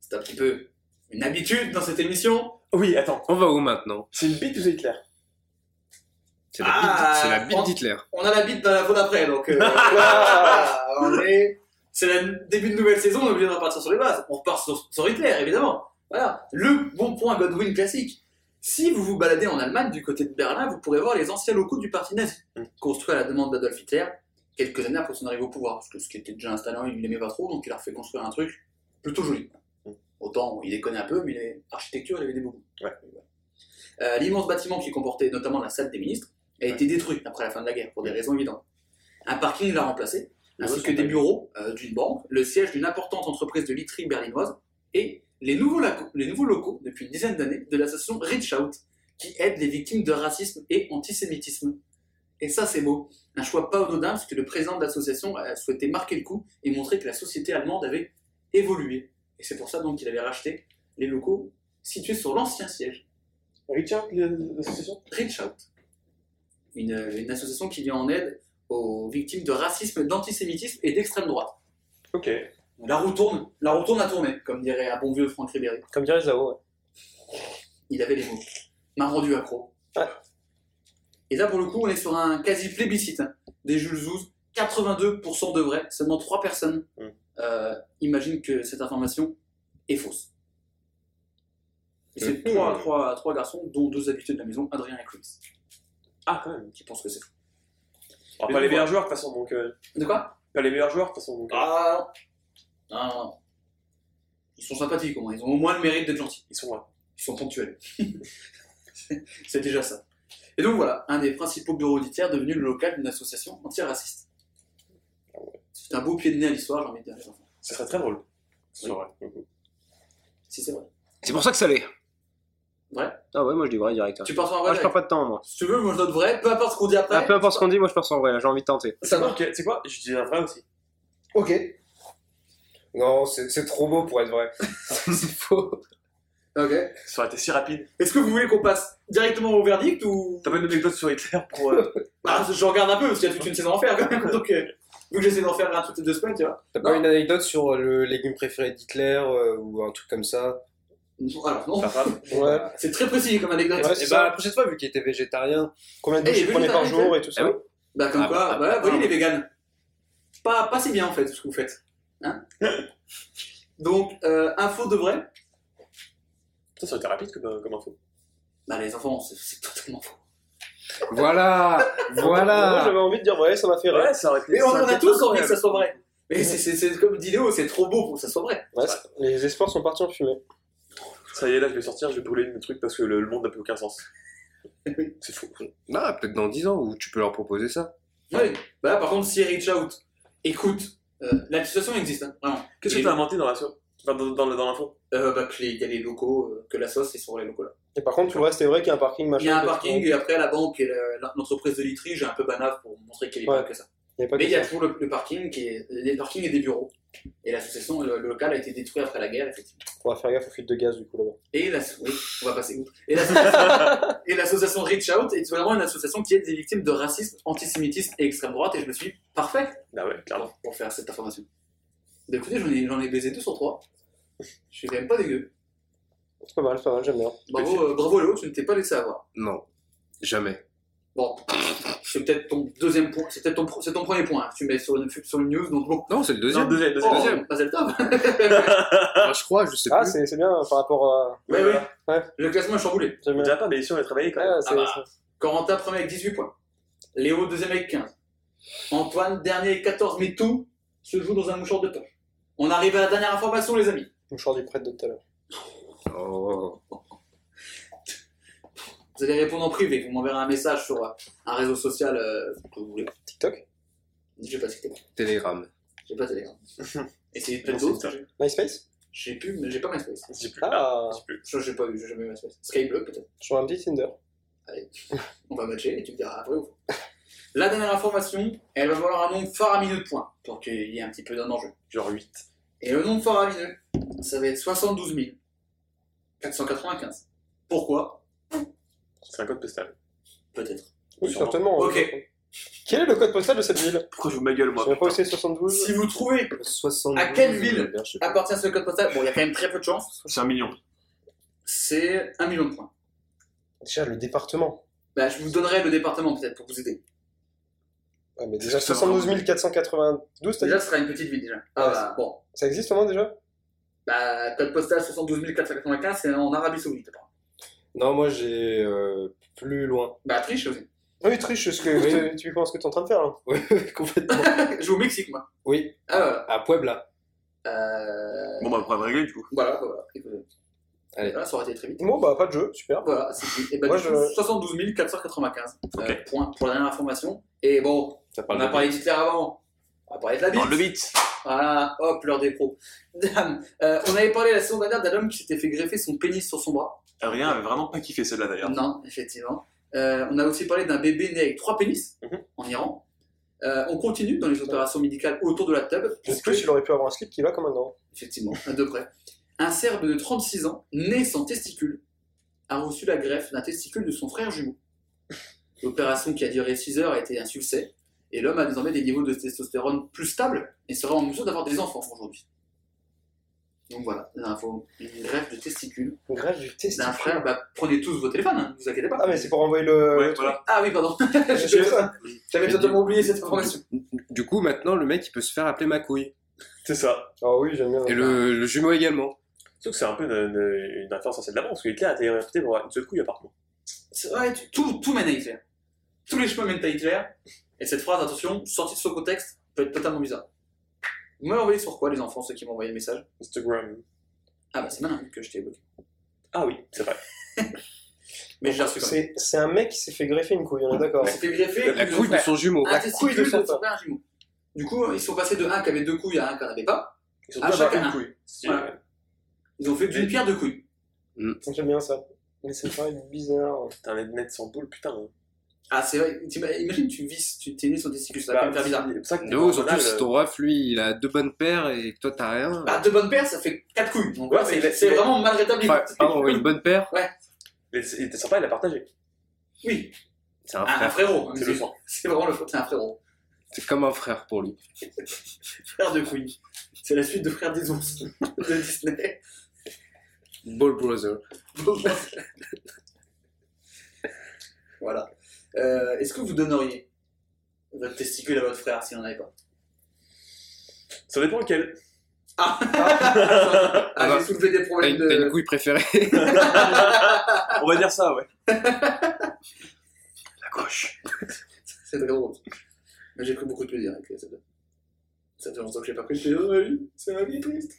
c'est un petit peu une habitude dans cette émission. Oui, attends. On va où maintenant C'est une bite ou c'est Hitler C'est la bite, Ah, c'est la bite on- d'Hitler. On a la bite dans la faute d'après, donc euh, voilà, Ah on est. C'est le début de nouvelle saison, on est obligé de repartir sur les bases. On repart sur, sur Hitler, évidemment. Voilà, le bon point Godwin classique. Si vous vous baladez en Allemagne du côté de Berlin, vous pourrez voir les anciens locaux du parti nazi, construits à la demande d'Adolf Hitler quelques années après son arrivée au pouvoir. Parce que ce qui était déjà installé, il l'aimait pas trop, donc il a refait construire un truc plutôt joli. Autant il déconne un peu, mais les- l'architecture, il avait des beaux goûts. Euh, L'immense bâtiment qui comportait notamment la salle des ministres a été détruit après la fin de la guerre pour des raisons évidentes. Un parking l'a remplacé, ainsi que des bureaux euh, d'une banque, le siège d'une importante entreprise de literie berlinoise et les nouveaux, laco- les nouveaux locaux, depuis une dizaine d'années, de l'association Reach Out, qui aide les victimes de racisme et antisémitisme. Et ça, c'est beau. Un choix pas anodin, puisque le président de l'association a souhaité marquer le coup et montrer que la société allemande avait évolué. Et c'est pour ça donc qu'il avait racheté les locaux situés sur l'ancien siège. Richard, l'association Reach Out, une, une association qui vient en aide aux victimes de racisme, d'antisémitisme et d'extrême droite. Ok. La roue tourne, la roue tourne à tourner, comme dirait un bon vieux Franck Ribéry. Comme dirait Zao, ouais. Il avait les mots. M'a rendu accro. Ouais. Et là, pour le coup, on est sur un quasi plébiscite hein, des Jules Zouz. 82% de vrai, seulement 3 personnes Mm. euh, imaginent que cette information est fausse. Et c'est Mm. trois, trois- trois garçons, dont deux habitués de la maison, Adrien et Chris, Ah, quand même. qui pensent que c'est faux. Alors, Mais pas les donc, meilleurs joueurs, de toute façon, donc. euh, De quoi Pas les meilleurs joueurs, de toute façon, donc. euh, Ah non. Non, non, non. Ils sont sympathiques au moins, ils ont au moins le mérite d'être gentils. Ils sont là. Ils sont ponctuels. C'est- C'est déjà ça. Et donc voilà, un des principaux bureaux auditaires devenu le local d'une association antiraciste. C'est un beau pied de nez à l'histoire, j'ai envie de dire. les enfants. Ce serait très drôle. Oui. C'est vrai. Mhm. Si c'est vrai. C'est pour ça que ça l'est. Vrai Ah ouais, moi je dis vrai direct. ouais. Tu pars sur un Moi vrai Ah, je direct. perds pas de temps, moi. Si tu veux, moi je note vrai, peu importe ce qu'on dit après. Ah, peu importe ce qu'on dit, moi je pars en vrai, là, j'ai envie de tenter. Ça marche. Ok, tu sais quoi Je dis un vrai aussi. Ok. Non, c'est c'est trop beau pour être vrai. c'est faux. Ok. Ça aurait été si rapide. Est-ce que vous voulez qu'on passe directement au verdict ou. T'as pas une anecdote sur Hitler pour. euh, Bah, je regarde un peu, parce qu'il y a toute une saison à faire quand même. Donc, euh, vu que j'essaie d'en faire un toutes les deux semaines, tu vois. T'as Non. pas une anecdote sur euh, le légume préféré d'Hitler euh, ou un truc comme ça Alors, non. ta femme Ouais. C'est très précis comme anecdote. Eh ben, Ouais, Et c'est bah, ça. la prochaine fois, vu qu'il était végétarien, Combien de Eh, douches j'ai vous vu prenez les par arrêts, jour et tout ça Ah oui. Bah comme Ah, quoi, bah, voilà, bah, voyez bah, les véganes. Pas, pas si bien en fait ce que vous faites. Hein Donc, euh, info de vrai Ça, ça aurait été rapide comme, comme info. Bah les enfants, c'est- c'est totalement faux. Voilà Moi Voilà j'avais envie de dire ouais, ça m'a fait rire. Ouais, ça aurait été. Mais on ça en aurait a été tous envie que incroyable. ça soit vrai. Mais c'est- c'est c'est comme dit Léo, c'est trop beau pour que ça soit vrai. Ouais, c'est- les espoirs sont partis en fumée. Ça y est, là, je vais sortir, je vais brûler mes trucs parce que le, le monde n'a plus aucun sens. C'est fou. Ah, peut-être dans 10 ans, où tu peux leur proposer ça. Ouais. Bah là, par contre, si Reach Out écoute, euh, la situation existe, hein, vraiment. Qu'est-ce Il que est- t'as inventé dans la so- Enfin, dans, dans, le- dans l'info euh, bah, que les- Il y a les locaux, euh, que la sauce est sur les locaux là. Et par contre, tout le reste, c'est vrai qu'il y a un parking machin. Il y a un que- parking et après la banque et la- l'entreprise de literie, j'ai un peu banave pour montrer qu'elle est Ouais. pas que ça. Il y a pas Mais il y que a ça. toujours le, le parking qui est, les parkings et des bureaux. Et l'association, le, le local a été détruit après la guerre, effectivement. On va faire gaffe aux fuites de gaz du coup là-bas. Et la, oui, on va passer outre. Et l'association- et l'association Reach Out est vraiment une association qui aide des victimes de racisme, antisémitisme et extrême droite. Et je me suis dit, parfait Bah ouais, clairement. pour, pour faire cette information. Bah, écoutez, j'en ai, j'en ai baisé deux sur trois. Je suis quand même pas dégueu. C'est pas mal, c'est pas mal, j'aime bien. Bravo, euh, bravo Léo, tu ne t'es pas laissé avoir. Non. Jamais. Bon, c'est peut-être ton deuxième point, c'est peut-être ton, pro- c'est ton premier point. hein, que tu mets sur le, sur le news, donc bon. Non, c'est le deuxième. Non, deuxième, deuxième. Oh, deuxième. pas celle top. Ah, je crois, je sais Ah, plus. c'est c'est bien par rapport à. Ouais, ouais. ouais. Ouais. Le classement est chamboulé. On J'aime bien. dirait pas, mais ici, on a travaillé quand même. Ah, c'est- Ah bah. c'est- Corentin, premier avec 18 points. Léo, deuxième avec 15. Antoine, dernier avec 14, mais tout se joue dans un mouchoir de poche. On arrive à la dernière information, les amis. Mouchoir du prêtre de tout à l'heure. Oh. Vous allez répondre en privé, vous m'enverrez un message sur euh, un réseau social euh, que vous voulez. TikTok J'ai pas TikTok, Telegram. j'ai pas Telegram. Essayez plein Non, c'est d'autres. Instagram. MySpace J'ai plus, mais j'ai pas MySpace. Je sais plus. Ah Je sais plus. Je j'ai pas eu, j'ai jamais eu MySpace. Skyblock peut-être. Sur un petit Tinder. On va matcher et tu me diras vrai ou faux. La dernière information, elle va valoir un nombre faramineux de points pour qu'il y ait un petit peu d'un enjeu. Genre 8. Et le nombre faramineux, ça va être 72 495. Pourquoi C'est un code postal. Peut-être. Oui, Sûrement. certainement. Ok. hein. Quel est le code postal de cette ville Pourquoi je vous ma gueule, Je moi sais même pas où putain c'est 72. Si vous trouvez 60. À quelle ville bien, je sais Ah. pas. appartient à ce code postal, bon, il y a quand même très peu de chance, C'est un million. c'est 1 million de points. Déjà, le département. Bah, je vous donnerai le département peut-être pour vous aider. Ouais, Ah, mais déjà, Ça va. 72 492, t'as dit Déjà, ce sera une petite ville déjà. Ah, Ouais, bah, bon. Ça existe au moins déjà Bah, code postal 72 495, c'est en Arabie Saoudite. apparemment. Non, moi j'ai euh, plus loin. Bah, triche aussi. Ah Oui, triche, c'est ce que, Oui. tu- tu penses que t'es en train de faire là. Oui, complètement. Je vais au Mexique, moi. Oui, Ah, voilà. à Puebla. Euh... Bon, bah, on pourrait régler du coup. Voilà, voilà. Écoutez. Allez. Voilà, ça aurait été très vite. Bon, bah, pas de jeu, super. Voilà, c'est dit. Et ben, Moi, du je- coup, 72 495 euh, Ok. points pour la dernière information. Et bon, Ça on a de- parlé d'Hitler avant, on va parler de la Dans Bible. le bit. Voilà, hop, l'heure des pros. Dame, euh, on avait parlé la saison dernière d'un homme qui s'était fait greffer son pénis sur son bras. Rien avait vraiment pas kiffé celle-là d'ailleurs. Non, effectivement. Euh, on a aussi parlé d'un bébé né avec trois pénis Mhm. en Iran. Euh, on continue dans les opérations médicales autour de la tub. En puisque- plus, il aurait pu avoir un slip qui va comme un an. effectivement, à deux près. Un Serbe de 36 ans, né sans testicule, a reçu la greffe d'un testicule de son frère jumeau. L'opération qui a duré 6 heures a été un succès Et l'homme a désormais des niveaux de testostérone plus stables et serait en mesure d'avoir des enfants aujourd'hui. Donc voilà, une info, une greffe de testicules Grave du testicule. d'un frère. Bah, prenez tous vos téléphones, hein, ne vous inquiétez pas. Ah, mais c'est pour envoyer le. Ouais, le truc. voilà. Ah oui, pardon. Je- J'avais totalement oublié cette information. Du coup, maintenant, le mec, il peut se faire appeler Macouille. C'est ça. Ah oui, j'aime bien. Et le, le jumeau également. Sauf que c'est un peu une, une, une affaire censée de l'avant, parce que Hitler a été réputé pour avoir une seule couille apparemment. C'est vrai, tu- tout, tout mène à Hitler. Tous les chemins mènent à Hitler. Et cette phrase, attention, sortie de ce contexte, peut être totalement bizarre. Vous m'avez envoyé sur quoi, les enfants, ceux qui m'ont envoyé le message Instagram. Ah bah c'est malin que je t'ai bloqué. Ah oui, c'est vrai. Mais j'ai reçu quand même. C'est c'est un mec qui s'est fait greffer une couille, on est d'accord. On s'est fait greffer La ils ont couille de fait son jumeau. un couille de testicule son de son frère jumeau. Du coup, ils sont passés de un qui avait deux couilles à un qui n'en avait pas. Ils sont Ah, tous à chacun une un. couille. euh, C'est- Voilà. Ils ont fait d'une pierre deux couilles. J'aime bien ça. Mais ça paraît bizarre. Putain, les lunettes sans boule, putain. hein. Ah c'est vrai, t'ima- imagine tu vis, tu t'es né son testicule, ça va Bah, quand même faire bizarre. c'est pour ça que De haut, surtout Ronald, euh. si ton ref, lui, il a deux bonnes paires et que toi, t'as rien. Bah deux bonnes paires, ça fait quatre couilles. Donc Ouais, voilà, mais c'est il- c'est il- vraiment mal rétabli. Enfin, pardon, oui, une bonne paire, euh, Il était sympa, il a partagé. Oui, Ah, c'est un un, un frère. frérot. hein, C'est le sang. C'est vraiment le faute, c'est un frérot. C'est comme un frère pour lui. Frère de Queen. C'est la suite de Frères des ours de Disney. Ball Brother. voilà. Euh, Est-ce que vous donneriez votre testicule à votre frère s'il n'en avait pas Ça dépend lequel. Ah, Ah bah, j'ai soulevé des T'as problèmes une, t'as une de. couille préférée On va dire ça, ouais. La gauche. C'est très drôle. Mais j'ai pris beaucoup de plaisir avec les deux. Ça fait longtemps que j'ai pas pris le plaisir de ma vie. C'est ma vie triste.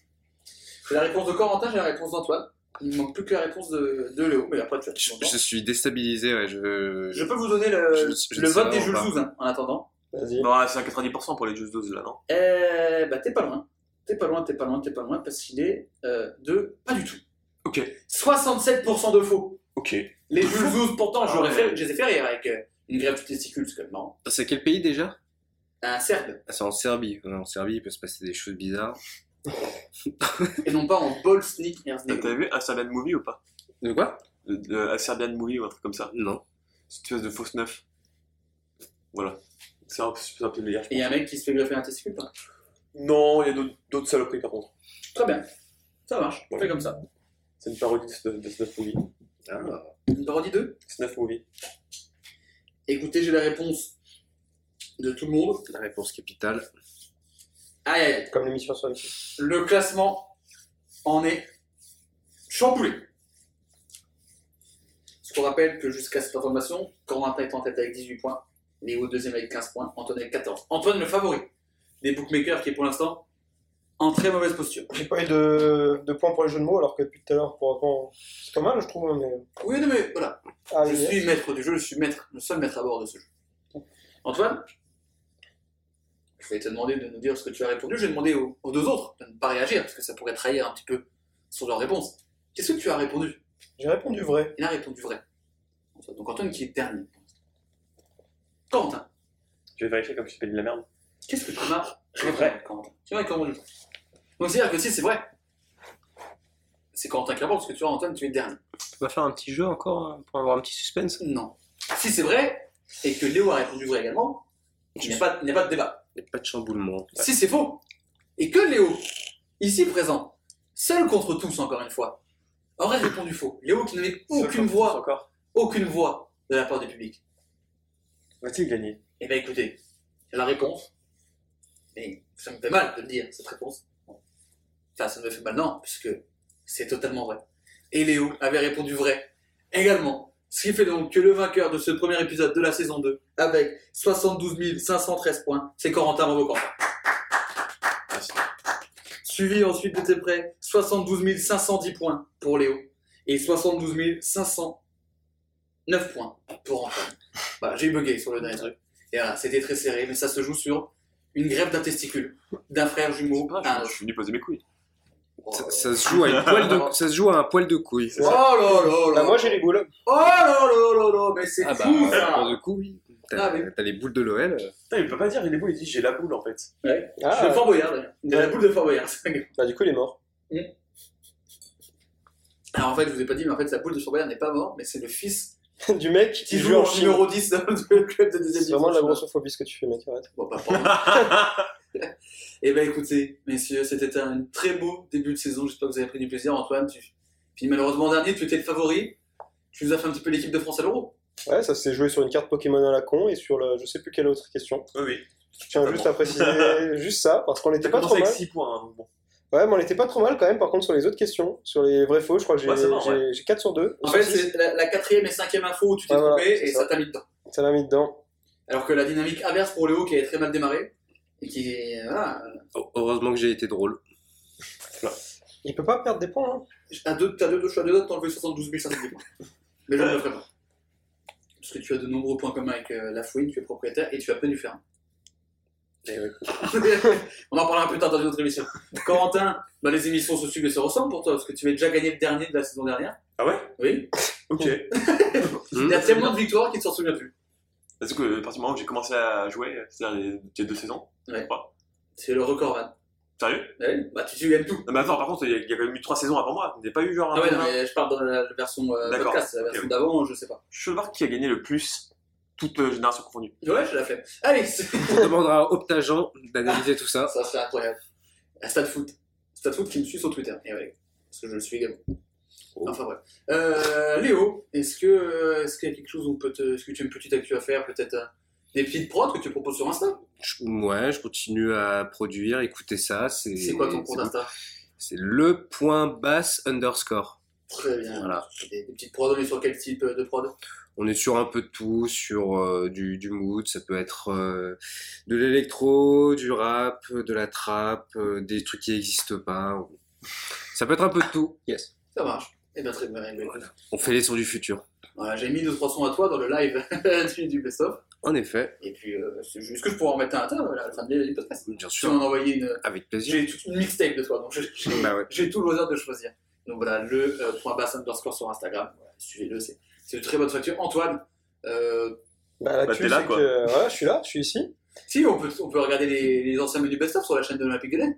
J'ai la réponse de Corentin, j'ai la réponse d'Antoine. Il ne manque plus que la réponse de, de Léo, mais après tu as Je, tout le temps. je suis déstabilisé, ouais. Je, Je peux vous donner le, Je- je le ne sais vote des vraiment Jules pas. Zouz hein, en attendant. Vas-y. Non, c'est à 90% pour les Just Dose là, non Euh, bah t'es pas loin. T'es pas loin, t'es pas loin, t'es pas loin, parce qu'il est euh, de pas du tout. Ok. 67% de faux. Ok. Les Jules Zouz, pourtant, Ah j'aurais ouais. fait, je les ai fait rire avec euh, une grève du testicule, c'est quand même marrant. C'est quel pays déjà Un Serbe, Ah, C'est en Serbie. Ouais, En Serbie, il peut se passer des choses bizarres. et non pas en Bolsnik T'as- T'as Herzégovine. vu un Serbian Movie ou pas De quoi Le- le- Un Serbian Movie ou un truc comme ça Non. C'est une espèce de fausse neuf. Voilà. C'est un, c'est un peu le meilleur. Et y a un mec qui se fait greffer un testicule, quoi. Non, il y a d'autres- d'autres saloperies par contre. Très bien. Ça marche, on fait comme ça. C'est une parodie de, ce- de Snuff Movie. Ah. Une parodie 2 Snuff Movie. Écoutez, j'ai la réponse de tout le monde. La réponse capitale. Aïe aïe aïe. Comme l'émission sur M6. Le classement en est chamboulé. Ce qu'on rappelle que jusqu'à cette information, Corentin est en tête avec 18 points, Léo deuxième avec 15 points, Antoine avec 14. Antoine le favori des bookmakers qui est pour l'instant en très mauvaise posture. J'ai pas eu de, de points pour les jeux de mots alors que depuis tout à l'heure, pour avant, c'est pas mal, je trouve. hein, Mais... Oui, non, mais voilà, Ah, je oui. suis maître du jeu, je suis maître, le seul maître à bord de ce jeu. Antoine, je vais te demander de nous dire ce que tu as répondu. Je vais demander aux, aux deux autres de ne pas réagir parce que ça pourrait trahir un petit peu sur leur réponse. Qu'est-ce que tu as répondu J'ai répondu vrai. Il a répondu vrai. Antoine. Donc Antoine qui est dernier. Quentin, Je vais vérifier comme je t'ai dit de la merde. qu'est-ce que tu m'as répondu, Quentin Tu m'as répondu. Donc c'est-à-dire que si c'est vrai, c'est Quentin qui rapporte, parce que tu vois Antoine, tu es dernier. On va faire un petit jeu encore hein, pour avoir un petit suspense. Non. Si c'est vrai, et que Léo a répondu vrai également, il n'y a, pas- il n'y a pas de débat. Il n'y a pas de chamboulement. Si c'est faux, et que Léo, ici présent, seul contre tous encore une fois, aurait répondu faux, Léo qui n'avait aucune Seul voix, Encore. aucune voix de la part du public, Va-t-il gagner Eh bien écoutez, la réponse, et ça me fait mal de le dire, cette réponse. Enfin, ça me fait mal, non, puisque c'est totalement vrai. Et Léo avait répondu vrai également. Ce qui fait donc que le vainqueur de ce premier épisode de la saison 2, avec 72 513 points, c'est Corentin Bravo Corentin. Suivi ensuite de tes prêts, 72 510 points pour Léo et 72 509 points pour Antoine. Bah, j'ai bugué sur le dernier truc. Et voilà, c'était très serré, mais ça se joue sur une grève d'un testicule, d'un frère jumeau à un je, je autre. suis venu poser mes couilles. Ça, ça se joue à une poêle de, ça se joue à un poil de couille. Oh là là Bah, là moi, j'ai les boules. Oh là là là là Mais c'est Ah bah, fou ça pour le coup, oui. T'as Ah, mais- t'as les boules de l'OL. Putain, il peut pas dire, il est beau, il dit j'ai la boule en fait. Je suis Ah, le Fort Boyard d'ailleurs. Il y a la Ouais. boule de Fort Boyard. bah, du coup, il est mort. Alors en fait, je vous ai pas dit, mais en fait, la boule de Fort Boyard n'est pas mort, mais c'est le fils du mec qui Qui joue joue en en Chine. numéro 10 du club de deuxième C'est vraiment de la division. grossophobie ce que tu fais, mec. Arrête. Bon, pas pour Et ben écoutez, messieurs, c'était un très beau début de saison. J'espère que vous avez pris du plaisir. Antoine, tu finis malheureusement dernier, tu étais le favori. Tu nous as fait un petit peu l'équipe de France à l'Euro. Ouais, ça s'est joué sur une carte Pokémon à la con et sur le, je sais plus quelle autre question. Oui, oui. Je tiens juste à préciser juste ça parce qu'on T'as n'était pas trop commencé mal. avec 6 points, hein, donc bon. Ouais, mais on n'était pas trop mal quand même. Par contre, sur les autres questions, sur les vrais faux, je crois que j'ai Ouais, ça va, j'ai- j'ai 4 sur 2. En fait, c'est la, la quatrième et cinquième info où tu t'es Ah, voilà, trompé c'est et ça. ça t'a mis dedans. ça m'a mis dedans. Alors que la dynamique inverse pour Léo qui avait très mal démarré et qui est. Voilà, Heureusement que j'ai été drôle. Il peut pas perdre des points. Hein. t'as deux, t'as deux, choix de notes, t'enlever 72 500 points. Mais je ne le ferai pas. Parce que tu as de nombreux points communs avec euh, la fouine, tu es propriétaire et tu as peu du faire. Eh oui. On en parlera plus tard dans une autre émission. Corentin, bah, les émissions se suivent et se ressemblent pour toi, parce que tu avais déjà gagné le dernier de la saison dernière. Ah ouais Mmh. Oui. Ok. Il y a tellement de victoires qu'il ne s'en souvient plus. Parce que, à partir du moment où j'ai commencé à jouer, c'est-à-dire les- il y a deux saisons, Ouais. trois. C'est le record, Van. Sérieux Ouais, bah, tu, tu gagnes tout. Non, mais attends, par contre, il y a- il y a quand même eu trois saisons avant moi. Il n'y a pas eu genre un Ah ouais, non, Benjamin mais je parle dans la la version euh, hein. D'accord. podcast, la Ok, version oui. d'avant, je sais pas. Je veux voir qui a gagné le plus, toute euh, génération confondue. Ouais, je la flemme. Allez, c'est- On demandera à Optagent d'analyser tout ça. ça serait incroyable. À Stade Foot. Stade Foot qui me suit sur Twitter. Et ouais, parce que je le suis également. Enfin bref. Euh, Léo, est-ce que euh, est-ce qu'il y a quelque chose où on peut te... Est-ce que tu as une petite actu à faire Peut-être euh, des petites prods que tu proposes sur Insta Je- ouais, je continue à produire, écouter ça. C'est C'est quoi ton compte c'est- Insta C'est le point basse underscore. Très bien. Voilà. Des, des petites prods, on est sur quel type euh, de prod On est sur un peu de tout, sur euh, du, du mood, ça peut être euh, de l'électro, du rap, de la trap, euh, des trucs qui n'existent pas. Ça peut être un peu de tout. Yes. Ça marche. Eh bien, très bien. eh bien, écoute. On fait les sons du futur. Voilà, j'ai mis deux trois sons à toi dans le live du, du best-of. En effet, Et puis, euh, c'est juste que je pourrais en mettre un à toi voilà, à la fin de- du podcast. bien Tu m'en sûr, as envoyé une, euh, avec plaisir. J'ai toute une mixtape de toi, donc je- j'ai Bah ouais. j'ai tout le loisir de choisir. Donc voilà, le euh, point basse underscore sur Instagram. Voilà, Suivez-le, c'est c'est de très bonne facture. Antoine, euh, Bah, la Bah, cul, t'es là, c'est quoi. que- ouais, je suis là, je suis ici. si on peut, on peut regarder les, les anciens menus best-of sur la chaîne de l'Olympique de Lille.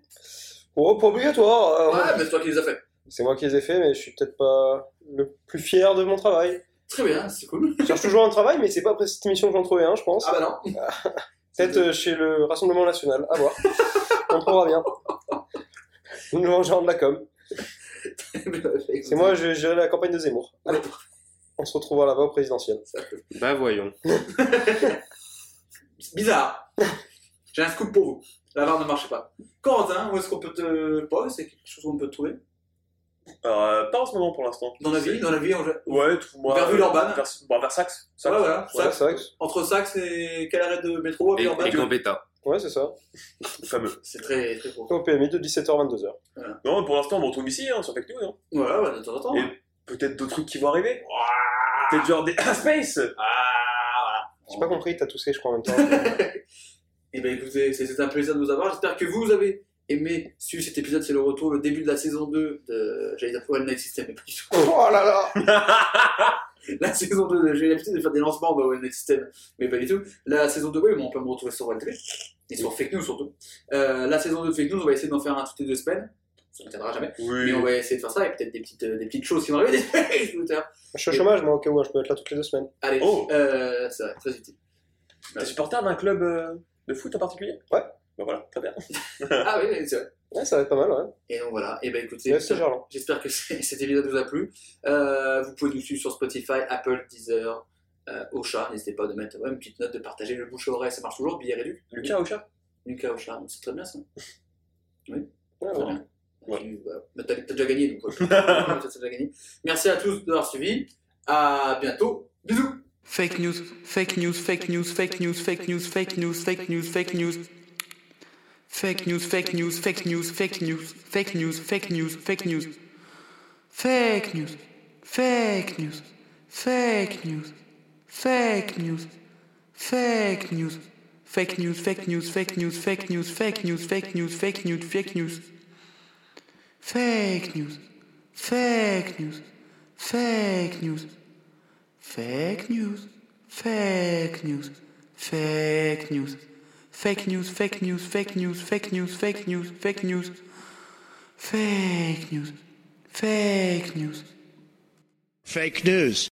Oh, pas obligatoire. Ah Ouais, euh, mais c'est toi qui les as fait. C'est moi qui les ai faits, mais je suis peut-être pas le plus fier de mon travail. Très bien, c'est cool. Je cherche toujours un travail, mais c'est pas après cette émission que j'en trouvais un, je pense. Ah bah non. peut-être euh, chez le Rassemblement National, à voir. On trouvera bien. Nous mangeons de la com. C'est moi, je vais gérer la campagne de Zemmour. Allez, Ouais. on se retrouvera là-bas au présidentiel. Bah voyons. C'est Bizarre. J'ai un scoop pour vous. La barre ne marche pas. Corentin, où est-ce qu'on peut te. Paul, c'est quelque chose qu'on peut te trouver Alors, euh, pas en ce moment pour l'instant. Dans la vie Dans la vie, on... Ouais, trouve-moi. Vers euh, Villeurbanne. Vers, bah, bon, vers Saxe. Saxe. Ouais, voilà. Ouais, Saxe. c'est vrai que- Entre Saxe et quel arrêt de métro à Et, Villeurbanne et Gambetta. Ouais, c'est ça. Fameux. C'est très, très pro. Au PMI de 17h-22h. Non, pour l'instant, on me retrouve ici, hein, sur Fake News. hein. Voilà, ouais, de temps en temps. Et peut-être d'autres trucs qui vont arriver. Peut-être genre des. Ah, Space Ah, J'ai pas compris, t'as toussé, je crois, en même temps. Et ben écoutez, c'est- c'est un plaisir de vous avoir. J'espère que vous avez aimé suivre cet épisode. C'est le retour, le début de la saison 2 de. J'allais dire One Night System, mais pas du tout. oh là là La saison 2, de- j'ai l'habitude de faire des lancements bah, One Night System, mais pas du tout. La saison 2, oui, mais on peut me retrouver sur One TV. Et sur Fake News surtout. Euh, la saison 2 de Fake News, on va essayer d'en faire un toutes les deux semaines. Ça ne tiendra jamais. Mais Oui. on va essayer de faire ça et peut-être des petites, euh, des petites choses qui vont arriver. des shooters. Je suis au chômage, moi, au cas où, hein, je peux être là toutes les deux semaines. Allez, Oh. euh, c'est vrai, très utile. T'es supporter d'un club euh, de foot en particulier Ouais. Bah voilà, très bien. ah oui, oui, c'est vrai. Ouais, ça va être pas mal, ouais. Et donc voilà, et ben écoutez, C'est assez gerlant. J'espère que c- cet épisode vous a plu. Euh, vous pouvez nous suivre sur Spotify, Apple, Deezer, euh, Ocha. N'hésitez pas de mettre ouais, une petite note, de partager le bouche à oreille, ça marche toujours. Billet réduit. Lucas Ocha Lucas Ocha, c'est très bien ça. Ouais, Très ouais. bien. Ouais. Tu- voilà. Mais T'as t'as déjà gagné donc. ouais. T'as déjà gagné. Merci à tous d'avoir suivi. À bientôt. Bisous. Fake news, fake news, fake news, fake news, fake news, fake news, fake news, fake news. Fake news, fake news, fake news, fake news, fake news, fake news, fake news. Fake news, fake news, fake news, fake news, fake news, fake news, fake news, fake news, fake news, fake news, fake news, fake news, fake news. Fake news, fake news, fake news. Fake news, fake news, fake news, fake news, fake news, fake news, fake news, fake news, fake news, fake news, fake news. Fake news.